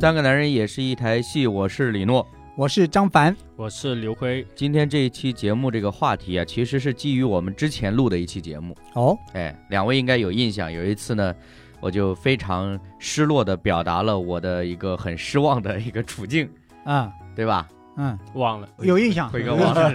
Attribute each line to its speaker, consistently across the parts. Speaker 1: 三个男人也是一台戏，我是李诺。
Speaker 2: 我是张凡，
Speaker 3: 我是刘辉，
Speaker 1: 今天这一期节目这个话题啊，其实是基于我们之前录的一期节目。
Speaker 2: 哦，
Speaker 1: 哎，两位应该有印象，有一次呢，我就非常失落的表达了我的一个很失望的一个处境，
Speaker 2: 嗯
Speaker 1: 对吧？
Speaker 2: 嗯，
Speaker 3: 忘了
Speaker 2: 有印象，
Speaker 1: 辉哥
Speaker 2: 有印
Speaker 1: 忘
Speaker 2: 象，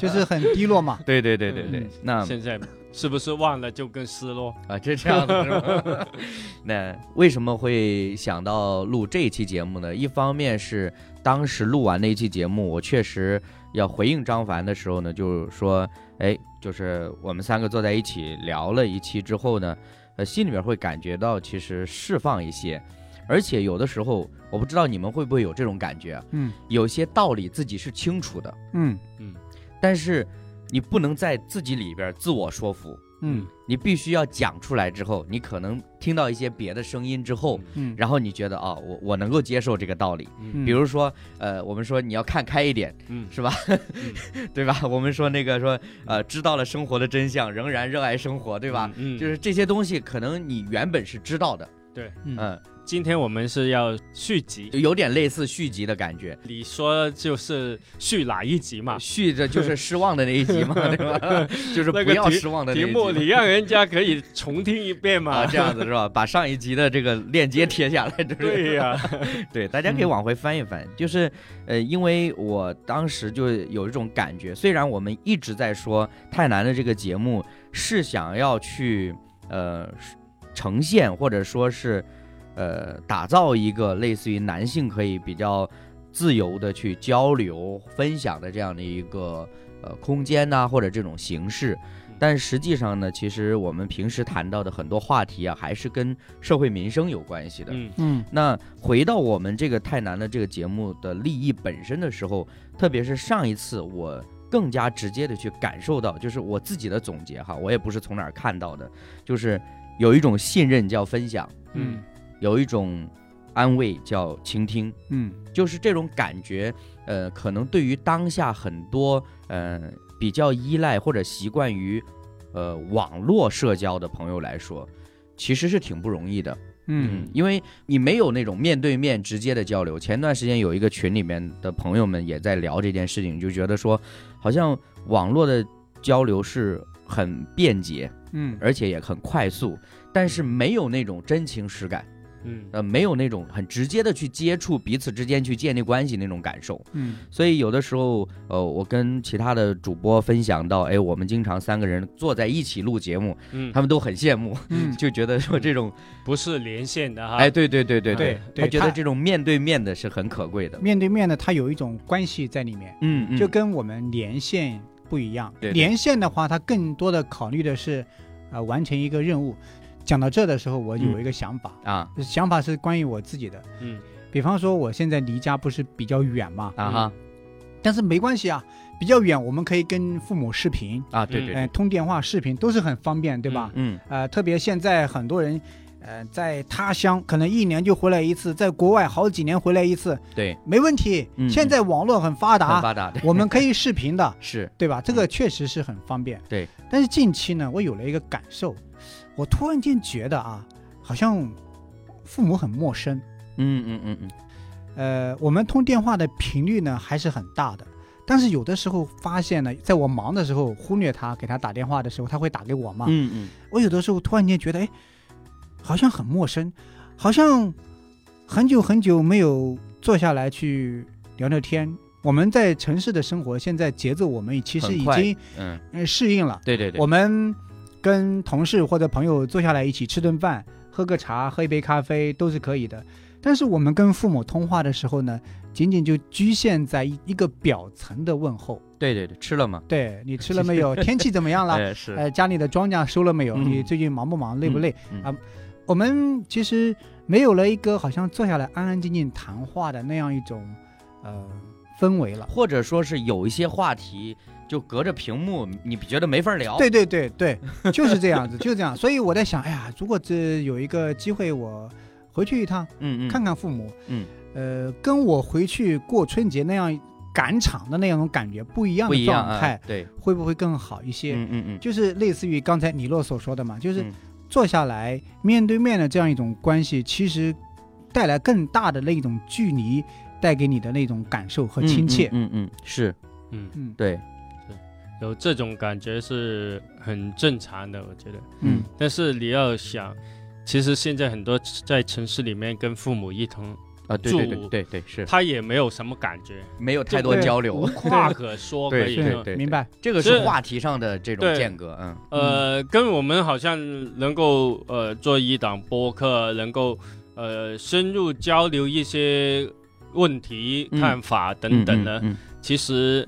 Speaker 2: 就是很低落 嘛。
Speaker 1: 对对对对对，
Speaker 3: 嗯
Speaker 1: 那
Speaker 3: 现在是不是忘了就更失落？
Speaker 1: 啊，这这样子是吗？ 那为什么会想到录这一期节目呢？一方面是当时录完那一期节目，我确实要回应张凡的时候呢，就是说，哎，就是我们三个坐在一起聊了一期之后呢，呃，心里面会感觉到其实释放一些，而且有的时候我不知道你们会不会有这种感觉，啊
Speaker 2: 嗯
Speaker 1: 有些道理自己是清楚的，
Speaker 2: 嗯
Speaker 3: 嗯
Speaker 1: 但是你不能在自己里边自我说服，
Speaker 2: 嗯
Speaker 1: 你必须要讲出来之后，你可能听到一些别的声音之后，
Speaker 2: 嗯，
Speaker 1: 然后你觉得啊、我我能够接受这个道理。
Speaker 2: 嗯
Speaker 1: 比如说，呃，我们说你要看开一点，
Speaker 3: 嗯
Speaker 1: 是吧？对吧？我们说那个说，呃，知道了生活的真相，仍然热爱生活，对吧？？
Speaker 3: 嗯，
Speaker 1: 就是这些东西，可能你原本是知道的，嗯，
Speaker 3: 今天我们是要续集，
Speaker 1: 就有点类似续集的感觉，
Speaker 3: 你说就是续哪一集嘛？
Speaker 1: 续着就是失望的那一集 嘛，对吧？就是
Speaker 3: 那
Speaker 1: 不
Speaker 3: 个
Speaker 1: 要
Speaker 3: 题
Speaker 1: 失望的那一
Speaker 3: 题
Speaker 1: 集
Speaker 3: 目你让人家可以重听一遍
Speaker 1: 啊，
Speaker 3: 嘛？
Speaker 1: 这样子是吧？把上一集的这个链接贴下来，对不 对？
Speaker 3: 对呀，
Speaker 1: 对，大家可以
Speaker 2: 嗯
Speaker 1: 往回翻一翻，就是，呃，因为我当时就有一种感觉，虽然我们一直在说《太难》的这个节目是想要去，呃，呈现或者说是，呃，打造一个类似于男性可以比较自由的去交流、分享的这样的一个呃空间呐、或者这种形式。但实际上呢，其实我们平时谈到的很多话题啊，还是跟社会民生有关系的。
Speaker 3: 嗯
Speaker 2: 嗯
Speaker 1: 那回到我们这个太难了这个节目的立意本身的时候，特别是上一次我更加直接的去感受到，就是我自己的总结哈，我也不是从哪儿看到的，就是有一种信任叫分享，
Speaker 2: 嗯
Speaker 1: 有一种安慰叫倾听，
Speaker 2: 嗯
Speaker 1: 就是这种感觉，呃，可能对于当下很多呃比较依赖或者习惯于呃网络社交的朋友来说，其实是挺不容易的。嗯
Speaker 2: 嗯，
Speaker 1: 因为你没有那种面对面直接的交流。前段时间有一个群里面的朋友们也在聊这件事情，就觉得说，好像网络的交流是很便捷，
Speaker 2: 嗯
Speaker 1: 而且也很快速，但是没有那种真情实感，
Speaker 3: 嗯
Speaker 1: 呃，没有那种很直接的去接触彼此之间去建立关系那种感受。
Speaker 2: 嗯
Speaker 1: 所以有的时候，呃，我跟其他的主播分享到，哎，我们经常三个人坐在一起录节目，
Speaker 3: 嗯，
Speaker 1: 他们都很羡慕，
Speaker 2: 嗯，
Speaker 1: 就觉得说这种
Speaker 3: 不是连线的哈。
Speaker 1: 哎，对对对对
Speaker 2: 啊对
Speaker 1: 他
Speaker 2: 对
Speaker 1: 觉得
Speaker 2: 他
Speaker 1: 这种面对面的是很可贵的。
Speaker 2: 面对面呢，它有一种关系在里面，
Speaker 1: 嗯嗯，
Speaker 2: 就跟我们连线不一样。
Speaker 1: 对对
Speaker 2: 连线的话，它更多的考虑的是，呃，完成一个任务。讲到这的时候，我有
Speaker 1: 嗯
Speaker 2: 一个想法，
Speaker 1: 啊
Speaker 2: 想法是关于我自己的。
Speaker 3: 嗯
Speaker 2: 比方说，我现在离家不是比较远嘛，
Speaker 1: 啊哈
Speaker 2: 嗯但是没关系啊，比较远，我们可以跟父母视频，
Speaker 1: 啊，对对
Speaker 2: 嗯、
Speaker 1: 对，
Speaker 2: 通电话、视频都是很方便，对吧？
Speaker 1: 嗯
Speaker 2: 呃，特别现在很多人，呃，在他乡可能一年就回来一次，在国外好几年回来一次，
Speaker 1: 嗯对，
Speaker 2: 没问题。
Speaker 1: 嗯
Speaker 2: 现在网络很发达，
Speaker 1: 很发达 的，
Speaker 2: 我们可以视频的
Speaker 1: 是
Speaker 2: 对吧？这个确实是很方便。
Speaker 1: 对。
Speaker 2: 但是近期呢，我有了一个感受，我突然间觉得啊，好像父母很陌生。
Speaker 1: 嗯嗯嗯嗯
Speaker 2: 呃，我们通电话的频率呢还是很大的，但是有的时候发现呢，在我忙的时候忽略他，给他打电话的时候，他会打给我嘛。
Speaker 1: 嗯嗯，
Speaker 2: 我有的时候突然间觉得，哎，好像很陌生，好像很久很久没有坐下来去聊聊天。我们在城市的生活，现在节奏我们其实
Speaker 1: 很
Speaker 2: 已
Speaker 1: 快
Speaker 2: 经
Speaker 1: 嗯，
Speaker 2: 呃适应了。
Speaker 1: 对对对，
Speaker 2: 我们跟同事或者朋友坐下来一起吃顿饭，喝个茶，喝一杯咖啡都是可以的。但是我们跟父母通话的时候呢，仅仅就局限在一一个表层的问候，
Speaker 1: 对对对，吃了吗？
Speaker 2: 对你吃了没 有？天气怎么样了？
Speaker 1: 哎是，
Speaker 2: 呃，家里的庄稼收了没有？
Speaker 1: 嗯
Speaker 2: 你最近忙不忙？累不累？
Speaker 1: 嗯
Speaker 2: 啊我们其实没有了一个好像坐下来安安静静谈话的那样一种呃氛围了。
Speaker 1: 或者说是有一些话题就隔着屏幕，你觉得没法聊。
Speaker 2: 对对对对，就是这 样子，就是这样。所以我在想，哎呀，如果这有一个机会，我回去一趟，
Speaker 1: 嗯，嗯嗯，
Speaker 2: 看看父母，
Speaker 1: 嗯，
Speaker 2: 呃，跟我回去过春节那样赶场的那种感觉不一样
Speaker 1: 不
Speaker 2: 的
Speaker 1: 一样
Speaker 2: 状
Speaker 1: 啊
Speaker 2: 态，，
Speaker 1: 对，
Speaker 2: 会不会更好一些？
Speaker 1: 嗯嗯嗯，
Speaker 2: 就是类似于刚才李洛所说的嘛，就是
Speaker 1: 嗯
Speaker 2: 坐下来面对面的这样一种关系，其实带来更大的那种距离带给你的那种感受和
Speaker 1: 嗯
Speaker 2: 亲
Speaker 1: 嗯
Speaker 2: 切。
Speaker 1: 嗯嗯是
Speaker 3: 嗯，
Speaker 2: 嗯
Speaker 1: 对，
Speaker 3: 有这种感觉是很正常的，我觉得。
Speaker 2: 嗯
Speaker 1: 嗯
Speaker 3: 但是你要想，其实现在很多在城市里面跟父母一同，
Speaker 1: 啊，对对对
Speaker 3: 住
Speaker 1: 对对是，
Speaker 3: 他也没有什么感 觉，
Speaker 1: 没有太多
Speaker 2: 对
Speaker 1: 交
Speaker 3: 无
Speaker 1: 流，
Speaker 3: 话 可说，
Speaker 1: 对
Speaker 3: 可以
Speaker 1: 对
Speaker 3: 说
Speaker 1: 对。对
Speaker 2: 明白。
Speaker 1: 这个
Speaker 3: 是
Speaker 1: 是话题上的这种
Speaker 3: 对
Speaker 1: 间隔，嗯
Speaker 3: 呃，跟我们好像能够呃做一档播客，能够呃深入交流一些问题、
Speaker 1: 嗯
Speaker 3: 看法等等的，
Speaker 1: 嗯嗯嗯
Speaker 3: 其实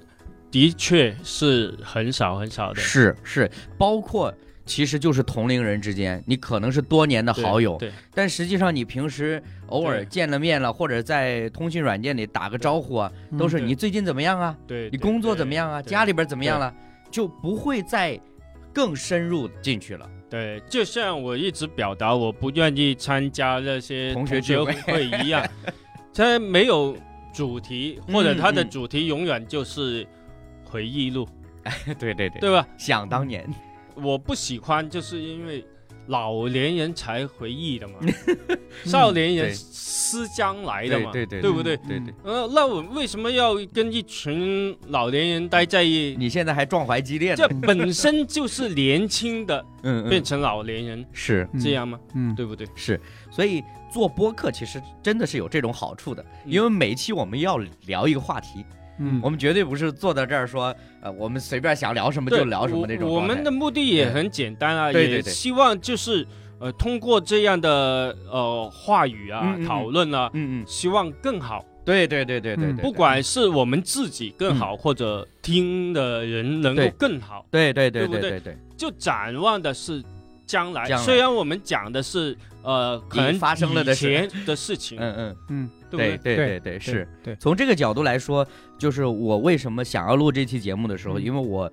Speaker 3: 的确是很少很少的。
Speaker 1: 是是，包括其实就是同龄人之间，你可能是多年的
Speaker 3: 对
Speaker 1: 好友，
Speaker 3: 对，
Speaker 1: 但实际上你平时偶尔
Speaker 3: 对
Speaker 1: 见了面了，或者在通讯软件里打个招呼啊，都是
Speaker 3: 嗯对
Speaker 1: 你最近怎么样啊？
Speaker 3: 对，
Speaker 1: 你
Speaker 3: 对
Speaker 1: 工作怎么样啊？
Speaker 3: 对
Speaker 1: 家里边怎么样了？就不会再更深入进去了。
Speaker 3: 对，就像我一直表达我不愿意参加那些
Speaker 1: 同学
Speaker 3: 学
Speaker 1: 聚会
Speaker 3: 会 一样，它没有主题，或者
Speaker 1: 嗯
Speaker 3: 它的
Speaker 1: 嗯
Speaker 3: 主题永远就是回忆录，
Speaker 1: 对对对，
Speaker 3: 对吧？
Speaker 1: 想当年，
Speaker 3: 我不喜欢，就是因为老年人才回 忆的嘛，
Speaker 2: 嗯
Speaker 3: 少年
Speaker 1: 嗯对
Speaker 3: 人思将来的嘛，
Speaker 1: 对对嗯
Speaker 3: 对不对？
Speaker 1: 对对，
Speaker 3: 呃，那我为什么要跟一群老年人待在一？
Speaker 1: 你现在还壮怀激烈呢
Speaker 3: 这。本身就是年轻的
Speaker 1: 嗯
Speaker 3: 变成老年人，
Speaker 1: 是
Speaker 2: 嗯
Speaker 3: 这样吗？
Speaker 2: 嗯，
Speaker 3: 对不对？
Speaker 1: 是，所以做播客其实真的是有这种好处的，
Speaker 3: 嗯
Speaker 1: 因为每一期我们要聊一个话题，
Speaker 2: 嗯
Speaker 1: 我们绝对不是坐到这儿说，呃，我们随便想聊什么
Speaker 3: 对
Speaker 1: 就聊什么那种
Speaker 3: 我。我
Speaker 1: 状态嗯
Speaker 3: 们的目的也很简单啊，
Speaker 1: 对对对
Speaker 3: 也
Speaker 1: 对
Speaker 3: 希望就是呃，通过这样的呃话语啊、
Speaker 1: 嗯嗯嗯
Speaker 3: 讨论啊，
Speaker 1: 嗯嗯，
Speaker 3: 希望更好。
Speaker 1: 对对对对对对，
Speaker 2: 嗯
Speaker 1: 嗯
Speaker 3: 不管是我们自己更好，或者听的人能够
Speaker 1: 对
Speaker 3: 更好，
Speaker 1: 对对对
Speaker 3: 对不
Speaker 1: 对
Speaker 3: 对
Speaker 1: 对对，
Speaker 3: 就展望的是将来。
Speaker 1: 将来
Speaker 3: 虽然我们讲的是呃，可能
Speaker 1: 发生了的
Speaker 3: 以
Speaker 1: 事
Speaker 3: 前的事情，
Speaker 1: 嗯嗯，
Speaker 2: 嗯
Speaker 3: 对不
Speaker 1: 对
Speaker 3: 对？
Speaker 1: 对
Speaker 2: 对
Speaker 1: 对对是。
Speaker 2: 对，
Speaker 1: 从这个角度来说，就是我为什么想要录这期节目的时候，
Speaker 2: 嗯
Speaker 1: 因为我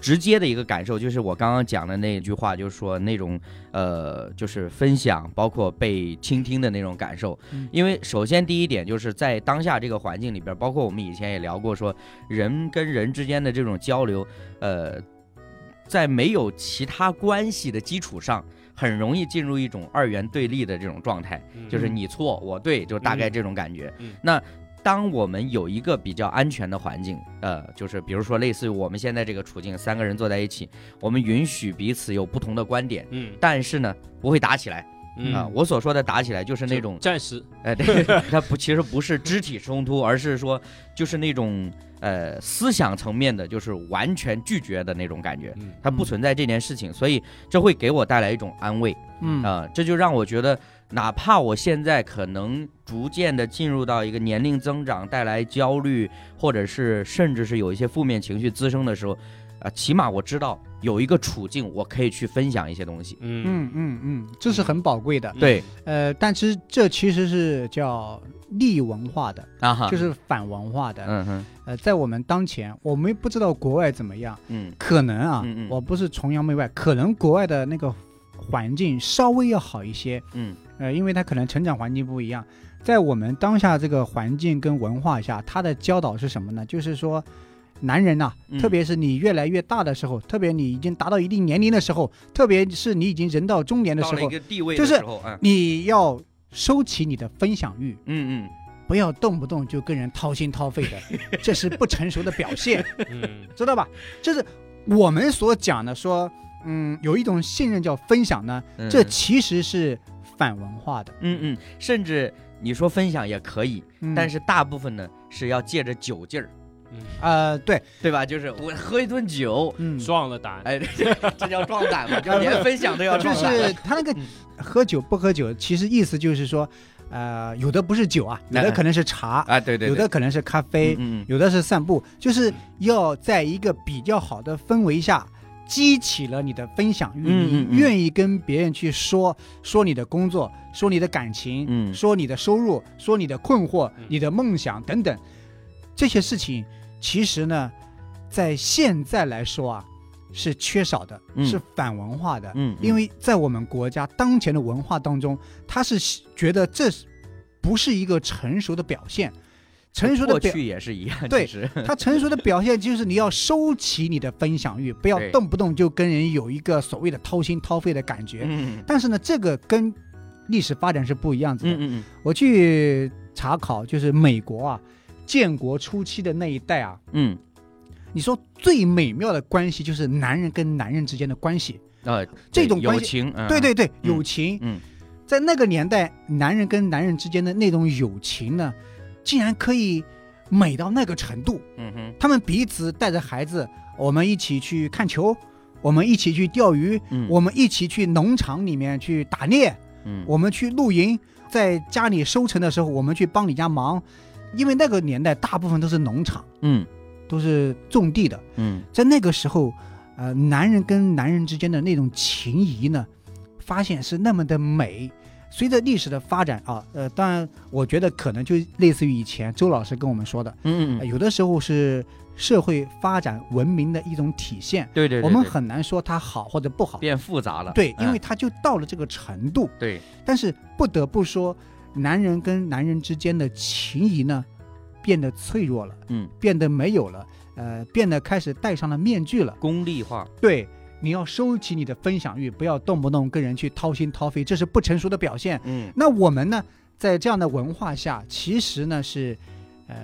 Speaker 1: 直接的一个感受就是我刚刚讲的那句话，就是说那种呃，就是分享，包括被倾听的那种感受
Speaker 2: 嗯。
Speaker 1: 因为首先第一点就是在当下这个环境里边，包括我们以前也聊过说，人跟人之间的这种交流，呃，在没有其他关系的基础上，很容易进入一种二元对立的这种状态。
Speaker 3: 嗯
Speaker 1: 就是你错我对，就大概这种感觉。
Speaker 3: 嗯嗯
Speaker 1: 那当我们有一个比较安全的环境，呃，就是比如说类似于我们现在这个处境，三个人坐在一起，我们允许彼此有不同的观点，
Speaker 3: 嗯
Speaker 1: 但是呢，不会打起来
Speaker 3: 嗯
Speaker 1: 啊、我所说的打起来，就是那种
Speaker 3: 就暂时
Speaker 1: 哎， 对，它不其实不是肢体冲突，而是说就是那种呃思想层面的，就是完全拒绝的那种感觉，
Speaker 3: 嗯
Speaker 1: 它不存在这件事情，所以这会给我带来一种安慰。
Speaker 2: 嗯
Speaker 1: 啊、这就让我觉得，哪怕我现在可能逐渐的进入到一个年龄增长带来焦虑，或者是甚至是有一些负面情绪滋生的时候，啊、起码我知道有一个处境，我可以去分享一些东西。
Speaker 3: 嗯
Speaker 2: 嗯嗯嗯，这是很宝贵的。
Speaker 1: 对，
Speaker 2: 呃，但其实这其实是叫逆文化的，
Speaker 1: 啊哈，
Speaker 2: 就是反文化的。
Speaker 1: 嗯哼，
Speaker 2: 呃，在我们当前，我们不知道国外怎么样，
Speaker 1: 嗯
Speaker 2: 可能啊，
Speaker 1: 嗯嗯
Speaker 2: 我不是崇洋媚外，可能国外的那个环境稍微要好一些，
Speaker 1: 嗯
Speaker 2: 呃，因为他可能成长环境不一样，在我们当下这个环境跟文化下，他的教导是什么呢？就是说，男人呐、
Speaker 1: 嗯
Speaker 2: 特别是你越来越大的时候，特别你已经达到一定年龄的时候，特别是你已经人到中年的
Speaker 1: 到
Speaker 2: 时
Speaker 1: 了一
Speaker 2: 候，
Speaker 1: 个地位
Speaker 2: 就
Speaker 1: 的
Speaker 2: 是
Speaker 1: 时候，嗯
Speaker 2: 你要收起你的分享欲，
Speaker 1: 嗯嗯，
Speaker 2: 不要动不动就跟人掏心掏肺 的，这是不成熟的表现，
Speaker 3: 嗯
Speaker 2: 知道吧？就是我们所讲的说，嗯，有一种信任叫分享呢，
Speaker 1: 嗯
Speaker 2: 这其实是反文化的。
Speaker 1: 嗯嗯，甚至你说分享也可以，
Speaker 2: 嗯
Speaker 1: 但是大部分呢是要借着酒劲儿，
Speaker 2: 呃，对，
Speaker 1: 对吧？就是我喝一顿酒。
Speaker 2: 嗯，
Speaker 3: 壮了胆，
Speaker 1: 哎，这叫壮胆嘛，就连分享都 要
Speaker 2: 就
Speaker 1: 壮胆。
Speaker 2: 是他那个
Speaker 1: 嗯
Speaker 2: 喝酒不喝酒，其实意思就是说，呃，有的不是酒啊，有的可能是茶，
Speaker 1: 啊，对对，
Speaker 2: 有
Speaker 1: 对
Speaker 2: 的可能是咖啡，
Speaker 1: 嗯嗯
Speaker 2: 有的是散步，
Speaker 1: 嗯
Speaker 2: 就是要在一个比较好的氛围下。激起了你的分享欲，
Speaker 1: 嗯嗯嗯
Speaker 2: 你愿意跟别人去说说你的工作，说你的感情，
Speaker 1: 嗯
Speaker 2: 说你的收入，说你的困惑
Speaker 3: 嗯、
Speaker 2: 你的梦想等等，这些事情，其实呢，在现在来说啊，是缺少的，
Speaker 1: 嗯
Speaker 2: 是反文化的。
Speaker 1: 嗯，
Speaker 2: 因
Speaker 1: 为
Speaker 2: 为在我们国家当前的文化当中，他是喜觉得这是不是一个成熟的表现，成熟的
Speaker 1: 过
Speaker 2: 表，
Speaker 1: 去也是一样，
Speaker 2: 对
Speaker 1: 其实
Speaker 2: 他成熟的表现就是你要收起你的分享欲，不要
Speaker 1: 对
Speaker 2: 动不动就跟人有一个所谓的掏心掏肺的感觉。
Speaker 1: 嗯
Speaker 2: 但是呢，这个跟历史发展是不一样子的。
Speaker 1: 嗯嗯
Speaker 2: 我去查考，就是美国啊，建国初期的那一代啊，
Speaker 1: 嗯
Speaker 2: 你说最美妙的关系就是男人跟男人之间的关系。
Speaker 1: 嗯，呃，
Speaker 2: 这种关
Speaker 1: 友
Speaker 2: 系
Speaker 1: 情，嗯
Speaker 2: 对，对对，
Speaker 1: 嗯
Speaker 2: 友情。
Speaker 1: 嗯
Speaker 2: 在那个年代，男人跟男人之间的那种友情呢，竟然可以美到那个程度。
Speaker 1: 嗯哼，
Speaker 2: 他们彼此带着孩子，我们一起去看球，我们一起去钓鱼，
Speaker 1: 嗯
Speaker 2: 我们一起去农场里面去打猎，
Speaker 1: 嗯
Speaker 2: 我们去露营，在家里收成的时候，我们去帮你家忙。因为那个年代大部分都是农场，
Speaker 1: 嗯
Speaker 2: 都是种地的，
Speaker 1: 嗯
Speaker 2: 在那个时候，呃，男人跟男人之间的那种情谊呢，发现是那么的美。随着历史的发展啊，呃，当然，我觉得可能就类似于以前周老师跟我们说的，
Speaker 1: 嗯
Speaker 2: 呃
Speaker 1: 嗯，
Speaker 2: 有的时候是社会发展文明的一种体现，
Speaker 1: 对对，对
Speaker 2: 我们
Speaker 1: 对
Speaker 2: 很难说它好或者不好。
Speaker 1: 变复杂了，
Speaker 2: 对，
Speaker 1: 嗯
Speaker 2: 因为它就到了这个程度。
Speaker 1: 对，
Speaker 2: 但是不得不说，男人跟男人之间的情谊呢，变得脆弱了，
Speaker 1: 嗯，
Speaker 2: 变得没有了，呃，变得开始戴上了面具了。
Speaker 1: 功利化，
Speaker 2: 对，你要收起你的分享欲，不要动不动跟人去掏心掏肺，这是不成熟的表现。
Speaker 1: 嗯
Speaker 2: 那我们呢，在这样的文化下，其实呢是，呃，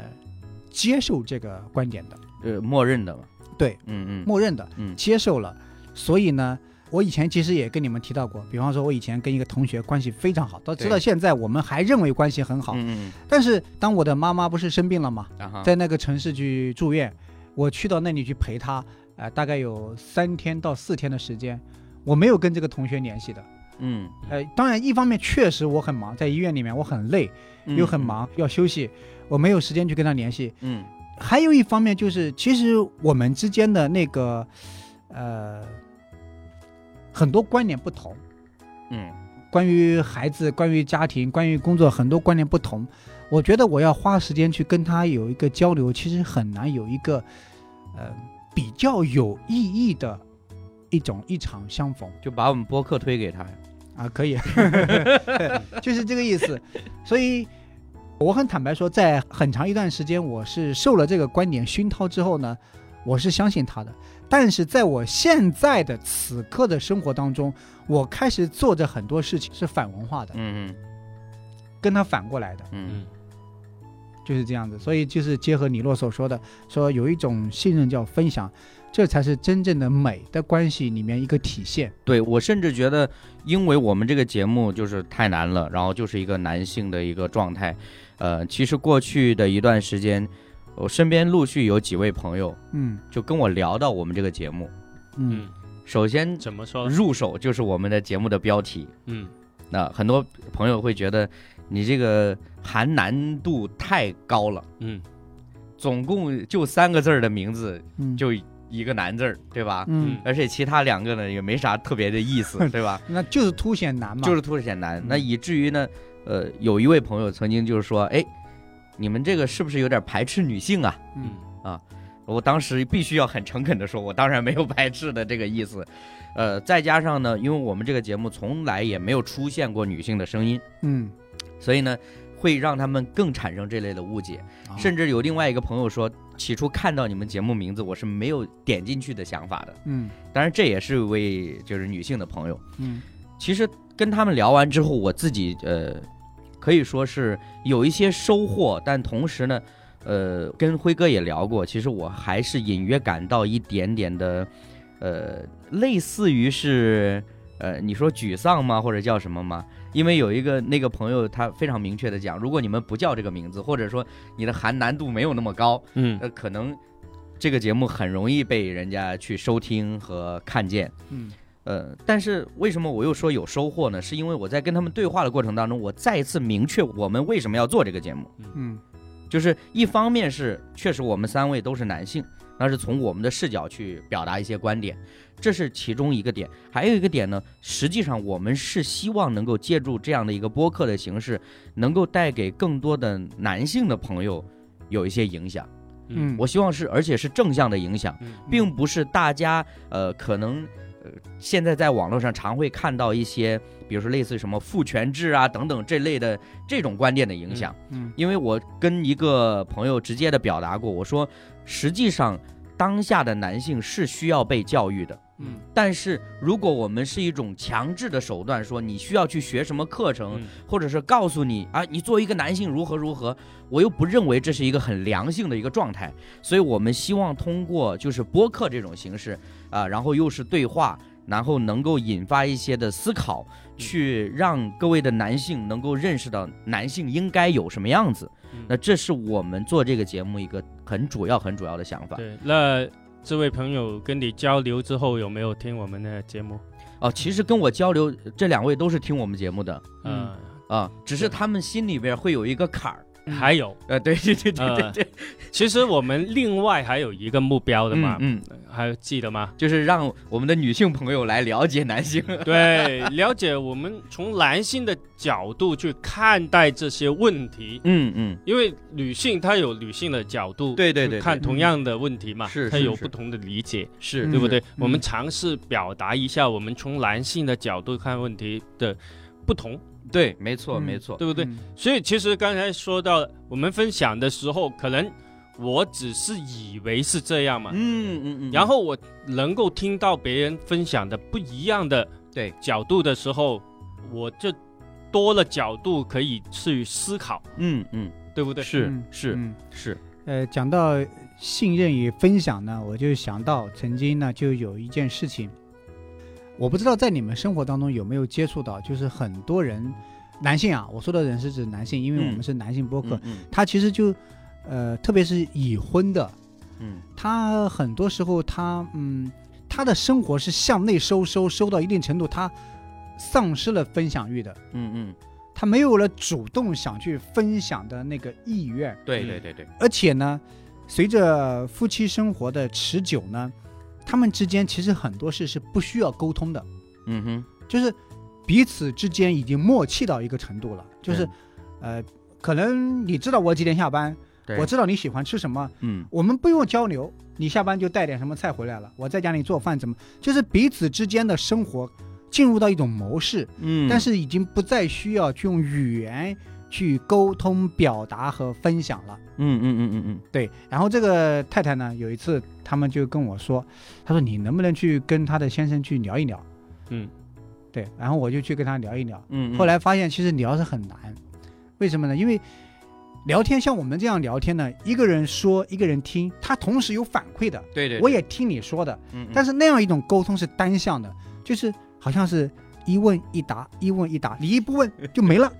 Speaker 2: 接受这个观点的，
Speaker 1: 呃，默认的嘛，
Speaker 2: 对，
Speaker 1: 嗯嗯
Speaker 2: 默认的，
Speaker 1: 嗯
Speaker 2: 接受了。所以呢，我以前其实也跟你们提到过，比方说，我以前跟一个同学关系非常好，到直到
Speaker 1: 对
Speaker 2: 现在，我们还认为关系很好。
Speaker 1: 嗯嗯
Speaker 2: 但是当我的妈妈不是生病了吗？
Speaker 1: 嗯，啊哈，
Speaker 2: 在那个城市去住院，我去到那里去陪他，呃，大概有三天到四天的时间，我没有跟这个同学联系的。
Speaker 1: 嗯
Speaker 2: 呃，当然，一方面确实我很忙，在医院里面我很累，
Speaker 1: 嗯
Speaker 2: 又很，忙，要休息，我没有时间去跟他联系。
Speaker 1: 嗯
Speaker 2: 还有一方面就是，其实我们之间的那个，呃，很多观点不同，
Speaker 1: 嗯
Speaker 2: 关于孩子、关于家庭、关于工作，很多观念不同。我觉得我要花时间去跟他有一个交流，其实很难有一个呃比较有意义的一种一场相逢
Speaker 1: 嗯，就把我们播客推给他呀，
Speaker 2: 啊，可以， 就是这个意思。所以我很坦白说，在很长一段时间，我是受了这个观点熏陶之后呢，我是相信他的。但是在我现在的此刻的生活当中，我开始做着很多事情是反文化的。
Speaker 1: 嗯
Speaker 2: 跟他反过来的，
Speaker 1: 嗯
Speaker 3: 嗯
Speaker 2: 就是这样子。所以就是结合李洛所说的，说有一种信任叫分享，这才是真正的美的关系里面一个体现。
Speaker 1: 嗯，对我甚至觉得，因为我们这个节目就是太难了，然后就是一个男性的一个状态，呃，其实过去的一段时间，我身边陆续有几位朋友
Speaker 2: 嗯
Speaker 1: 就跟我聊到我们这个节目，
Speaker 2: 嗯
Speaker 3: 嗯，
Speaker 1: 首先
Speaker 3: 怎么说？
Speaker 1: 入手就是我们的节目的标题，
Speaker 3: 嗯，
Speaker 1: 那很多朋友会觉得你这个含难度太高了，
Speaker 3: 嗯，
Speaker 1: 总共就三个字儿的名字，
Speaker 2: 嗯，
Speaker 1: 就一个难字儿，对吧？
Speaker 2: 嗯，
Speaker 1: 而且其他两个呢也没啥特别的意思，对吧？
Speaker 2: 那就是凸显难嘛。
Speaker 1: 就是凸显难
Speaker 2: 嗯。
Speaker 1: 那以至于呢，呃，有一位朋友曾经就是说，哎，你们这个是不是有点排斥女性啊？
Speaker 2: 嗯
Speaker 1: 我当时必须要很诚恳的说，我当然没有排斥的这个意思，呃，再加上呢，因为我们这个节目从来也没有出现过女性的声音，
Speaker 2: 嗯，
Speaker 1: 所以呢，会让他们更产生这类的误解。
Speaker 2: 哦
Speaker 1: 甚至有另外一个朋友说，起初看到你们节目名字，我是没有点进去的想法的。
Speaker 2: 嗯
Speaker 1: 当然，这也是为就是女性的朋友。
Speaker 2: 嗯
Speaker 1: 其实跟他们聊完之后，我自己呃，可以说是有一些收获，但同时呢，呃，跟辉哥也聊过，其实我还是隐约感到一点点的，呃，类似于是。呃，你说沮丧吗？或者叫什么吗？因为有一个那个朋友，他非常明确的讲，如果你们不叫这个名字，或者说你的含难度没有那么高，
Speaker 3: 嗯
Speaker 1: 呃，可能这个节目很容易被人家去收听和看见。
Speaker 2: 嗯
Speaker 1: 呃，但是为什么我又说有收获呢？是因为我在跟他们对话的过程当中，我再一次明确我们为什么要做这个节目。
Speaker 2: 嗯
Speaker 1: 就是一方面是确实我们三位都是男性，那是从我们的视角去表达一些观点，这是其中一个点。还有一个点呢，实际上我们是希望能够借助这样的一个播客的形式，能够带给更多的男性的朋友有一些影响。
Speaker 2: 嗯，
Speaker 1: 我希望是，而且是正向的影响。
Speaker 3: 嗯
Speaker 1: 并不是大家呃可能呃现在在网络上常会看到一些，比如说类似于什么父权制啊等等这类的这种观念的影响。
Speaker 2: 嗯
Speaker 1: 因为我跟一个朋友直接的表达过，我说实际上当下的男性是需要被教育的，
Speaker 3: 嗯
Speaker 1: 但是如果我们是一种强制的手段，说你需要去学什么课程，
Speaker 3: 嗯
Speaker 1: 或者是告诉你啊，你作为一个男性如何如何，我又不认为这是一个很良性的一个状态，所以我们希望通过就是播客这种形式啊、然后又是对话，然后能够引发一些的思考，去让各位的男性能够认识到男性应该有什么样子。
Speaker 3: 嗯
Speaker 1: 那这是我们做这个节目一个很主要很主要的想法。
Speaker 3: 对，那这位朋友跟你交流之后，有没有听我们的节目？
Speaker 1: 哦，其实跟我交流，这两位都是听我们节目的。
Speaker 3: 嗯，
Speaker 1: 啊，只是他们心里边会有一个坎儿。
Speaker 3: 还有，
Speaker 1: 呃，对对对对对对，
Speaker 3: 其实我们另外还有一个目标的嘛，
Speaker 1: 嗯，？
Speaker 3: 还记得吗
Speaker 1: 就是让我们的女性朋友来了解男性。
Speaker 3: 对，了解我们从男性的角度去看待这些问题，
Speaker 1: 嗯嗯，
Speaker 3: 因为女性她有女性的角度，
Speaker 1: 对对对，
Speaker 3: 看同样的问题嘛，
Speaker 1: 嗯是
Speaker 3: 她
Speaker 1: 是
Speaker 3: 有
Speaker 1: 是
Speaker 3: 不同的理解，
Speaker 1: 是
Speaker 3: 对不对？
Speaker 1: 是嗯
Speaker 3: 我们尝试表达一下我们从男性的角度看问题的不同，
Speaker 1: 对，没错
Speaker 2: 嗯
Speaker 1: 没错。
Speaker 3: 对不对？
Speaker 2: 嗯
Speaker 3: 所以其实刚才说到我们分享的时候，可能我只是以为是这样嘛，
Speaker 1: 嗯嗯嗯。
Speaker 3: 然后我能够听到别人分享的不一样的
Speaker 1: 对
Speaker 3: 角度的时候，我就多了角度可以去思考，
Speaker 1: 嗯嗯
Speaker 3: 对不对？
Speaker 1: 是
Speaker 2: 嗯
Speaker 1: 是
Speaker 2: 嗯
Speaker 1: 是，
Speaker 2: 呃，讲到信任与分享呢，我就想到曾经呢，就有一件事情，我不知道在你们生活当中有没有接触到，就是很多人，男性啊，我说的人是指男性，因为我们
Speaker 1: 嗯
Speaker 2: 是男性播客，
Speaker 1: 嗯嗯
Speaker 2: 他其实就，呃，特别是已婚的，
Speaker 1: 嗯
Speaker 2: 他很多时候他嗯，他的生活是向内收收收到一定程度，他丧失了分享欲的，
Speaker 1: 嗯嗯，
Speaker 2: 他没有了主动想去分享的那个意愿。
Speaker 1: 对
Speaker 3: 嗯
Speaker 1: 对对对，
Speaker 2: 而且呢，随着夫妻生活的持久呢，他们之间其实很多事是不需要沟通的，
Speaker 1: 嗯哼，
Speaker 2: 就是彼此之间已经默契到一个程度了，就是、呃，可能你知道我几点下班，
Speaker 1: 对
Speaker 2: 我知道你喜欢吃什么，
Speaker 1: 嗯
Speaker 2: 我们不用交流，你下班就带点什么菜回来了，我在家里做饭怎么，就是彼此之间的生活进入到一种模式，
Speaker 1: 嗯，
Speaker 2: 但是已经不再需要去用语言去沟通、表达和分享了。
Speaker 1: 嗯嗯嗯嗯嗯
Speaker 2: 对，然后这个太太呢，有一次他们就跟我说，她说你能不能去跟她的先生去聊一聊？
Speaker 3: 嗯，
Speaker 2: 对，然后我就去跟他聊一聊，
Speaker 1: 嗯，嗯
Speaker 2: 后来发现其实聊是很难，为什么呢？因为聊天像我们这样聊天呢，一个人说，一个人听，他同时有反馈的，
Speaker 1: 对对，
Speaker 2: 我也听你说的，但
Speaker 1: 是
Speaker 2: 是那样一种沟通是单向的，就是好像是一问一答，一问一答，你一不问就没了，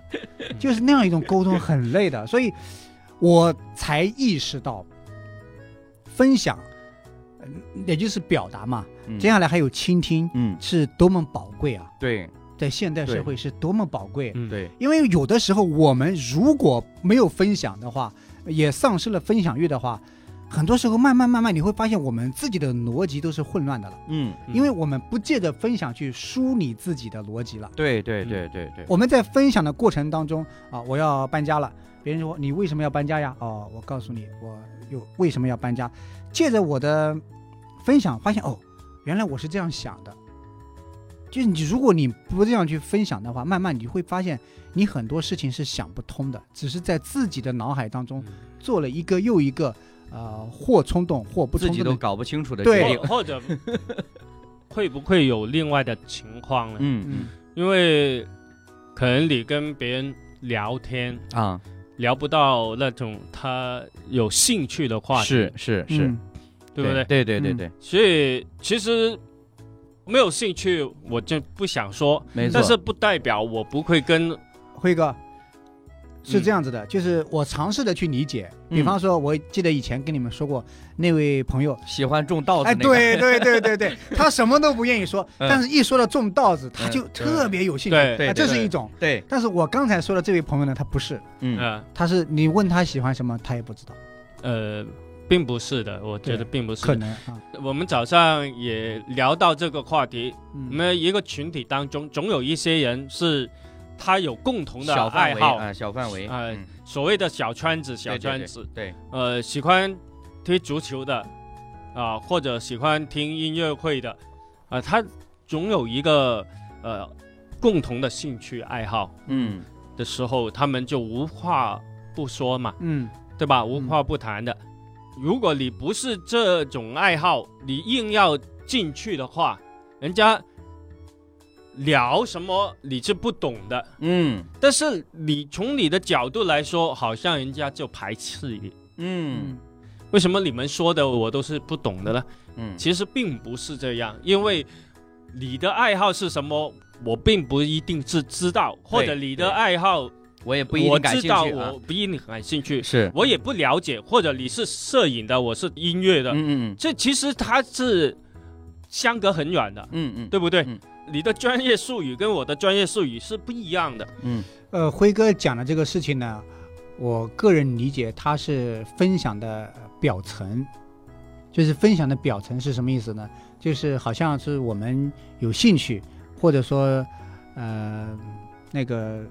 Speaker 2: 就是那样一种沟通很累的，所以我才意识到分享，呃也就是表达嘛。接下来还有倾听，
Speaker 1: 嗯
Speaker 2: 是多么宝贵啊！
Speaker 1: 对
Speaker 2: 在现代社会是多么宝贵，
Speaker 3: 嗯，
Speaker 1: 对
Speaker 2: 因为有的时候我们如果没有分享的话，也丧失了分享欲的话，很多时候慢慢慢慢你会发现我们自己的逻辑都是混乱的了。
Speaker 1: 嗯
Speaker 3: 嗯
Speaker 2: 因为我们不借着分享去梳理自己的逻辑了。
Speaker 1: 对对对对对，
Speaker 2: 我们在分享的过程当中啊，我要搬家了，别人说你为什么要搬家呀？哦，我告诉你，我又为什么要搬家？借着我的分享，发现哦，原来我是这样想的。就是你，如果你不这样去分享的话，慢慢你会发现，你很多事情是想不通的，只是在自己的脑海当中
Speaker 3: 嗯
Speaker 2: 做了一个又一个，呃，或冲动或不
Speaker 1: 自
Speaker 2: 冲
Speaker 1: 己
Speaker 2: 动
Speaker 1: 都
Speaker 2: 的
Speaker 1: 搞不清楚的
Speaker 2: 对
Speaker 1: 决定
Speaker 3: 或或者会不会有另外的情况呢？
Speaker 1: 嗯
Speaker 2: 嗯
Speaker 3: 因为可能你跟别人聊天
Speaker 1: 嗯啊，
Speaker 3: 聊不到那种他有兴趣的话题，
Speaker 1: 是是是，
Speaker 2: 嗯
Speaker 3: 对不对？
Speaker 1: 对对对
Speaker 2: 嗯
Speaker 1: 对，
Speaker 3: 所以其实没有兴趣，我就不想说。
Speaker 1: 没错。
Speaker 3: 但是不代表我不会跟
Speaker 2: 辉哥，是
Speaker 3: 嗯
Speaker 2: 这样子的，就是我尝试的去理解。比
Speaker 1: 嗯
Speaker 2: 方说，我记得以前跟你们说过那位朋友，
Speaker 1: 喜欢种稻子
Speaker 2: 哎，
Speaker 1: 那个，
Speaker 2: 对对对对对， 他什么都不愿意说，
Speaker 1: 嗯
Speaker 2: 但是一说到种稻子，他
Speaker 1: 嗯
Speaker 2: 就特别有兴趣。
Speaker 3: 对
Speaker 1: 对
Speaker 2: 啊这是一种。
Speaker 1: 对，
Speaker 2: 但是我刚才说的这位朋友呢，他不是，
Speaker 1: 嗯
Speaker 3: 呃
Speaker 2: 他是你问他喜欢什么，他也不知道，
Speaker 3: 呃，并不是的，我觉
Speaker 2: 对
Speaker 3: 得并不是
Speaker 2: 可
Speaker 3: 的。
Speaker 2: 能啊，
Speaker 3: 我们早上也聊到这个话题，我
Speaker 2: 嗯，
Speaker 3: 们一个群体当中总有一些人是他有共同的
Speaker 1: 小范
Speaker 3: 爱
Speaker 1: 围
Speaker 3: 好，
Speaker 1: 啊，小范围
Speaker 3: 啊
Speaker 1: 嗯
Speaker 3: 所谓的小圈子，小
Speaker 1: 对对
Speaker 3: 圈子，
Speaker 1: 对，
Speaker 3: 呃，喜欢踢足球的啊、或者喜欢听音乐会的啊、他总有一个呃共同的兴趣爱好
Speaker 1: 嗯
Speaker 3: 的时候，他们就无话不说嘛，
Speaker 2: 嗯，
Speaker 3: 对吧？无话不谈的。如果你不是这种爱好，你硬要进去的话，人家聊什么你是不懂的，
Speaker 1: 嗯
Speaker 3: 但是你从你的角度来说，好像人家就排斥你。
Speaker 1: 嗯
Speaker 3: 为什么你们说的我都是不懂的呢？
Speaker 1: 嗯，
Speaker 3: 其实并不是这样，因为你的爱好是什么，我并不一定是知道，或者你的
Speaker 1: 对
Speaker 3: 爱好
Speaker 1: 我也不一
Speaker 3: 我
Speaker 1: 定感
Speaker 3: 知
Speaker 1: 兴
Speaker 3: 道，
Speaker 1: 趣啊
Speaker 3: 我，不一定感兴趣，
Speaker 1: 是，
Speaker 3: 我也不了解，或者你是摄影的，我是音乐的，
Speaker 1: 嗯嗯
Speaker 3: 这其实它是相隔很远的，
Speaker 1: 嗯嗯，
Speaker 3: 对不对？
Speaker 1: 嗯
Speaker 3: 你的专业术语跟我的专业术语是不一样的，
Speaker 1: 嗯
Speaker 2: 呃，辉哥讲的这个事情呢，我个人理解他是分享的表层，就是分享的表层是什么意思呢？就是好像是我们有兴趣，或者说，呃，那个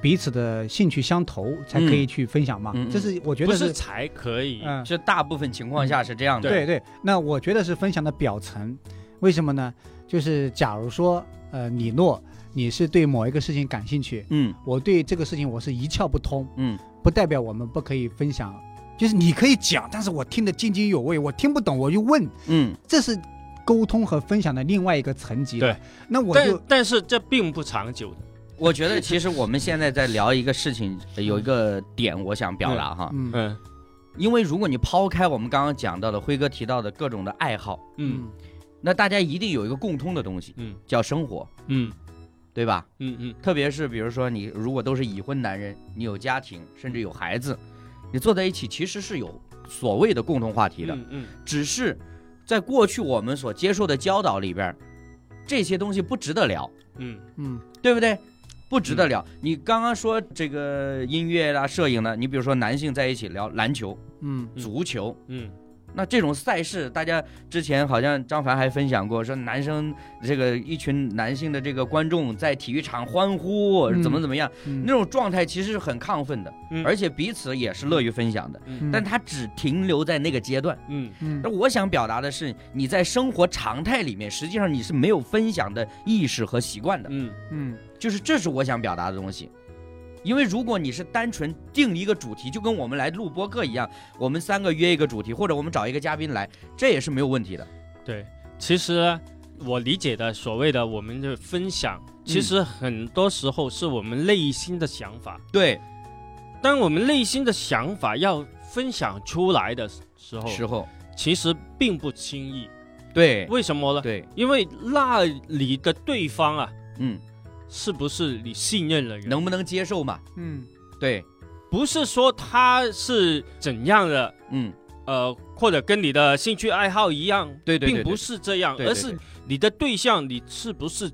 Speaker 2: 彼此的兴趣相投才可以去分享嘛。
Speaker 1: 嗯嗯
Speaker 2: 这是我觉
Speaker 3: 不
Speaker 2: 得
Speaker 3: 是
Speaker 2: 是，
Speaker 3: 才可以，
Speaker 2: 嗯、
Speaker 1: 这大部分情况下是这样的，
Speaker 2: 对对，那我觉得是分享的表层，为什么呢？就是假如说，呃，李诺，你是对某一个事情感兴趣，
Speaker 1: 嗯
Speaker 2: 我对这个事情我是一窍不通，
Speaker 1: 嗯
Speaker 2: 不代表我们不可以分享，就是你可以讲，但是我听得津津有味，我听不懂我就问，
Speaker 1: 嗯
Speaker 2: 这是沟通和分享的另外一个层级了。
Speaker 3: 对，
Speaker 2: 那我
Speaker 3: 但
Speaker 2: 就
Speaker 3: 但是这并不长久的。
Speaker 1: 我觉得其实我们现在在聊一个事情，呃有一个点我想表达哈，
Speaker 2: 嗯
Speaker 3: 嗯
Speaker 1: 因为如果你抛开我们刚刚讲到的辉哥提到的各种的爱好，
Speaker 3: 嗯
Speaker 1: 那大家一定有一个共通的东西，
Speaker 3: 嗯
Speaker 1: 叫生活，
Speaker 3: 嗯
Speaker 1: 对吧？
Speaker 3: 嗯嗯，
Speaker 1: 特别是比如说你如果都是已婚男人，你有家庭，甚至有孩子，你坐在一起其实是有所谓的共同话题的，
Speaker 3: 嗯嗯
Speaker 1: 只是在过去我们所接受的教导里边儿，这些东西不值得聊，
Speaker 3: 嗯
Speaker 2: 嗯
Speaker 1: 对不对？不值得聊。你刚刚说这个音乐啦、摄影呢，你比如说男性在一起聊篮球、
Speaker 2: 嗯
Speaker 3: 嗯
Speaker 1: 足球，
Speaker 3: 嗯
Speaker 1: 那这种赛事，大家之前好像张凡还分享过，说男生这个一群男性的这个观众在体育场欢呼，
Speaker 2: 嗯
Speaker 1: 怎么怎么样，
Speaker 2: 嗯
Speaker 1: 那种状态其实是很亢奋的，
Speaker 3: 嗯
Speaker 1: 而且彼此也是乐于分享的。
Speaker 2: 嗯
Speaker 1: 但他只停留在那个阶段。
Speaker 3: 嗯
Speaker 2: 嗯
Speaker 1: 那我想表达的是，你在生活常态里面，实际上你是没有分享的意识和习惯的，
Speaker 3: 嗯
Speaker 2: 嗯
Speaker 1: 就是这是我想表达的东西。因为如果你是单纯定一个主题，就跟我们来录播客一样，我们三个约一个主题，或者我们找一个嘉宾来，这也是没有问题的。
Speaker 3: 对，其实呢我理解的所谓的我们的分享，其
Speaker 1: 嗯
Speaker 3: 实很多时候是我们内心的想法。
Speaker 1: 对，
Speaker 3: 当我们内心的想法要分享出来的时候，
Speaker 1: 时候，
Speaker 3: 其实并不轻易。
Speaker 1: 对，
Speaker 3: 为什么呢？
Speaker 1: 对，
Speaker 3: 因为那里的对方啊，
Speaker 1: 嗯，
Speaker 3: 是不是你信任的人？
Speaker 1: 能不能接受嘛？
Speaker 2: 嗯
Speaker 1: 对，
Speaker 3: 不是说他是怎样的，
Speaker 1: 嗯，
Speaker 3: 呃，或者跟你的兴趣爱好一样，
Speaker 1: 对对对对
Speaker 3: 并不是这样，
Speaker 1: 对对
Speaker 3: 而是你的对象，你是不是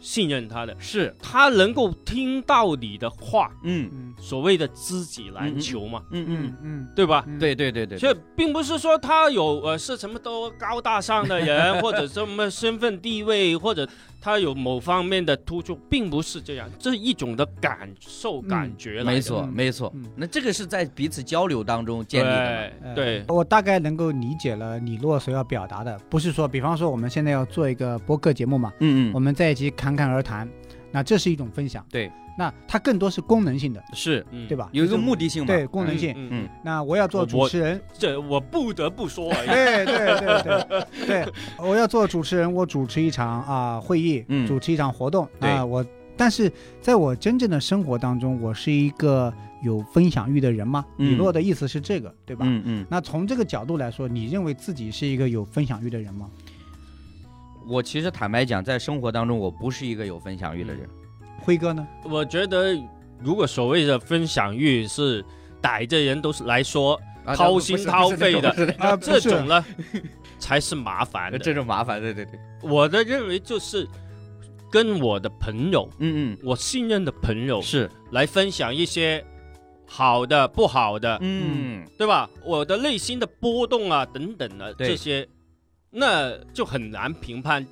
Speaker 3: 信任他的？
Speaker 1: 是，
Speaker 3: 他能够听到你的话，
Speaker 1: 嗯
Speaker 2: 嗯
Speaker 3: 所谓的知己篮球嘛，
Speaker 1: 嗯
Speaker 2: 嗯
Speaker 1: 嗯，
Speaker 2: 嗯，
Speaker 3: 对吧？
Speaker 2: 嗯
Speaker 1: 对对对对，
Speaker 3: 所以并不是说他有呃是什么多高大上的人， 或者什么身份地位，或者他有某方面的突出，并不是这样，这是一种的感受
Speaker 2: 嗯
Speaker 3: 感觉来
Speaker 1: 没
Speaker 3: 的
Speaker 1: 错
Speaker 2: 嗯
Speaker 1: 没错
Speaker 2: 嗯，
Speaker 1: 那这个是在彼此交流当中建立的嘛。
Speaker 3: 对
Speaker 2: 呃
Speaker 3: 对，
Speaker 2: 我大概能够理解了李洛所要表达的，不是说，比方说我们现在要做一个播客节目嘛，
Speaker 1: 嗯
Speaker 2: 我们在一起侃侃而谈，那这是一种分享。
Speaker 1: 对，
Speaker 2: 那它更多是功能性的，
Speaker 1: 是
Speaker 3: 嗯
Speaker 2: 对？吧？
Speaker 1: 有一个
Speaker 2: 就是
Speaker 1: 目的性嘛？
Speaker 2: 对功能性。
Speaker 3: 嗯
Speaker 1: 嗯，
Speaker 2: 那我要做主
Speaker 3: 我
Speaker 2: 持
Speaker 1: 哦
Speaker 2: 人，
Speaker 3: 这我不得不说啊而已。
Speaker 2: 对对对对 对，我要做主持人，我主持一场啊、会议，
Speaker 1: 嗯
Speaker 2: 主持一场活动
Speaker 1: 对
Speaker 2: 啊、我但是在我真正的生活当中，我是一个有分享欲的人嘛。
Speaker 1: 嗯
Speaker 2: 李洛的意思是这个，对吧？
Speaker 1: 嗯嗯，
Speaker 2: 那从这个角度来说，你认为自己是一个有分享欲的人吗？
Speaker 1: 我其实坦白讲，在生活当中，我不是一个有分享欲的人。
Speaker 2: 辉哥呢？
Speaker 3: 我觉得如果所谓的分享欲是逮着人都是来说，
Speaker 1: 啊
Speaker 3: 嗯掏心掏肺的，
Speaker 1: 不是不是
Speaker 2: 啊，不
Speaker 3: 这
Speaker 2: 是
Speaker 3: 种呢才是麻烦
Speaker 1: 不是啊
Speaker 3: 的。
Speaker 1: 这种麻烦，对对对，
Speaker 3: 我的认为就是跟我的朋友，
Speaker 1: 嗯
Speaker 3: 我信任的朋友
Speaker 1: 嗯，是，
Speaker 3: 来分享一些好的、不好的，
Speaker 1: 嗯
Speaker 3: 对吧？我的内心的波动啊，等等啊，
Speaker 1: 对
Speaker 3: 这些，那就很难评判。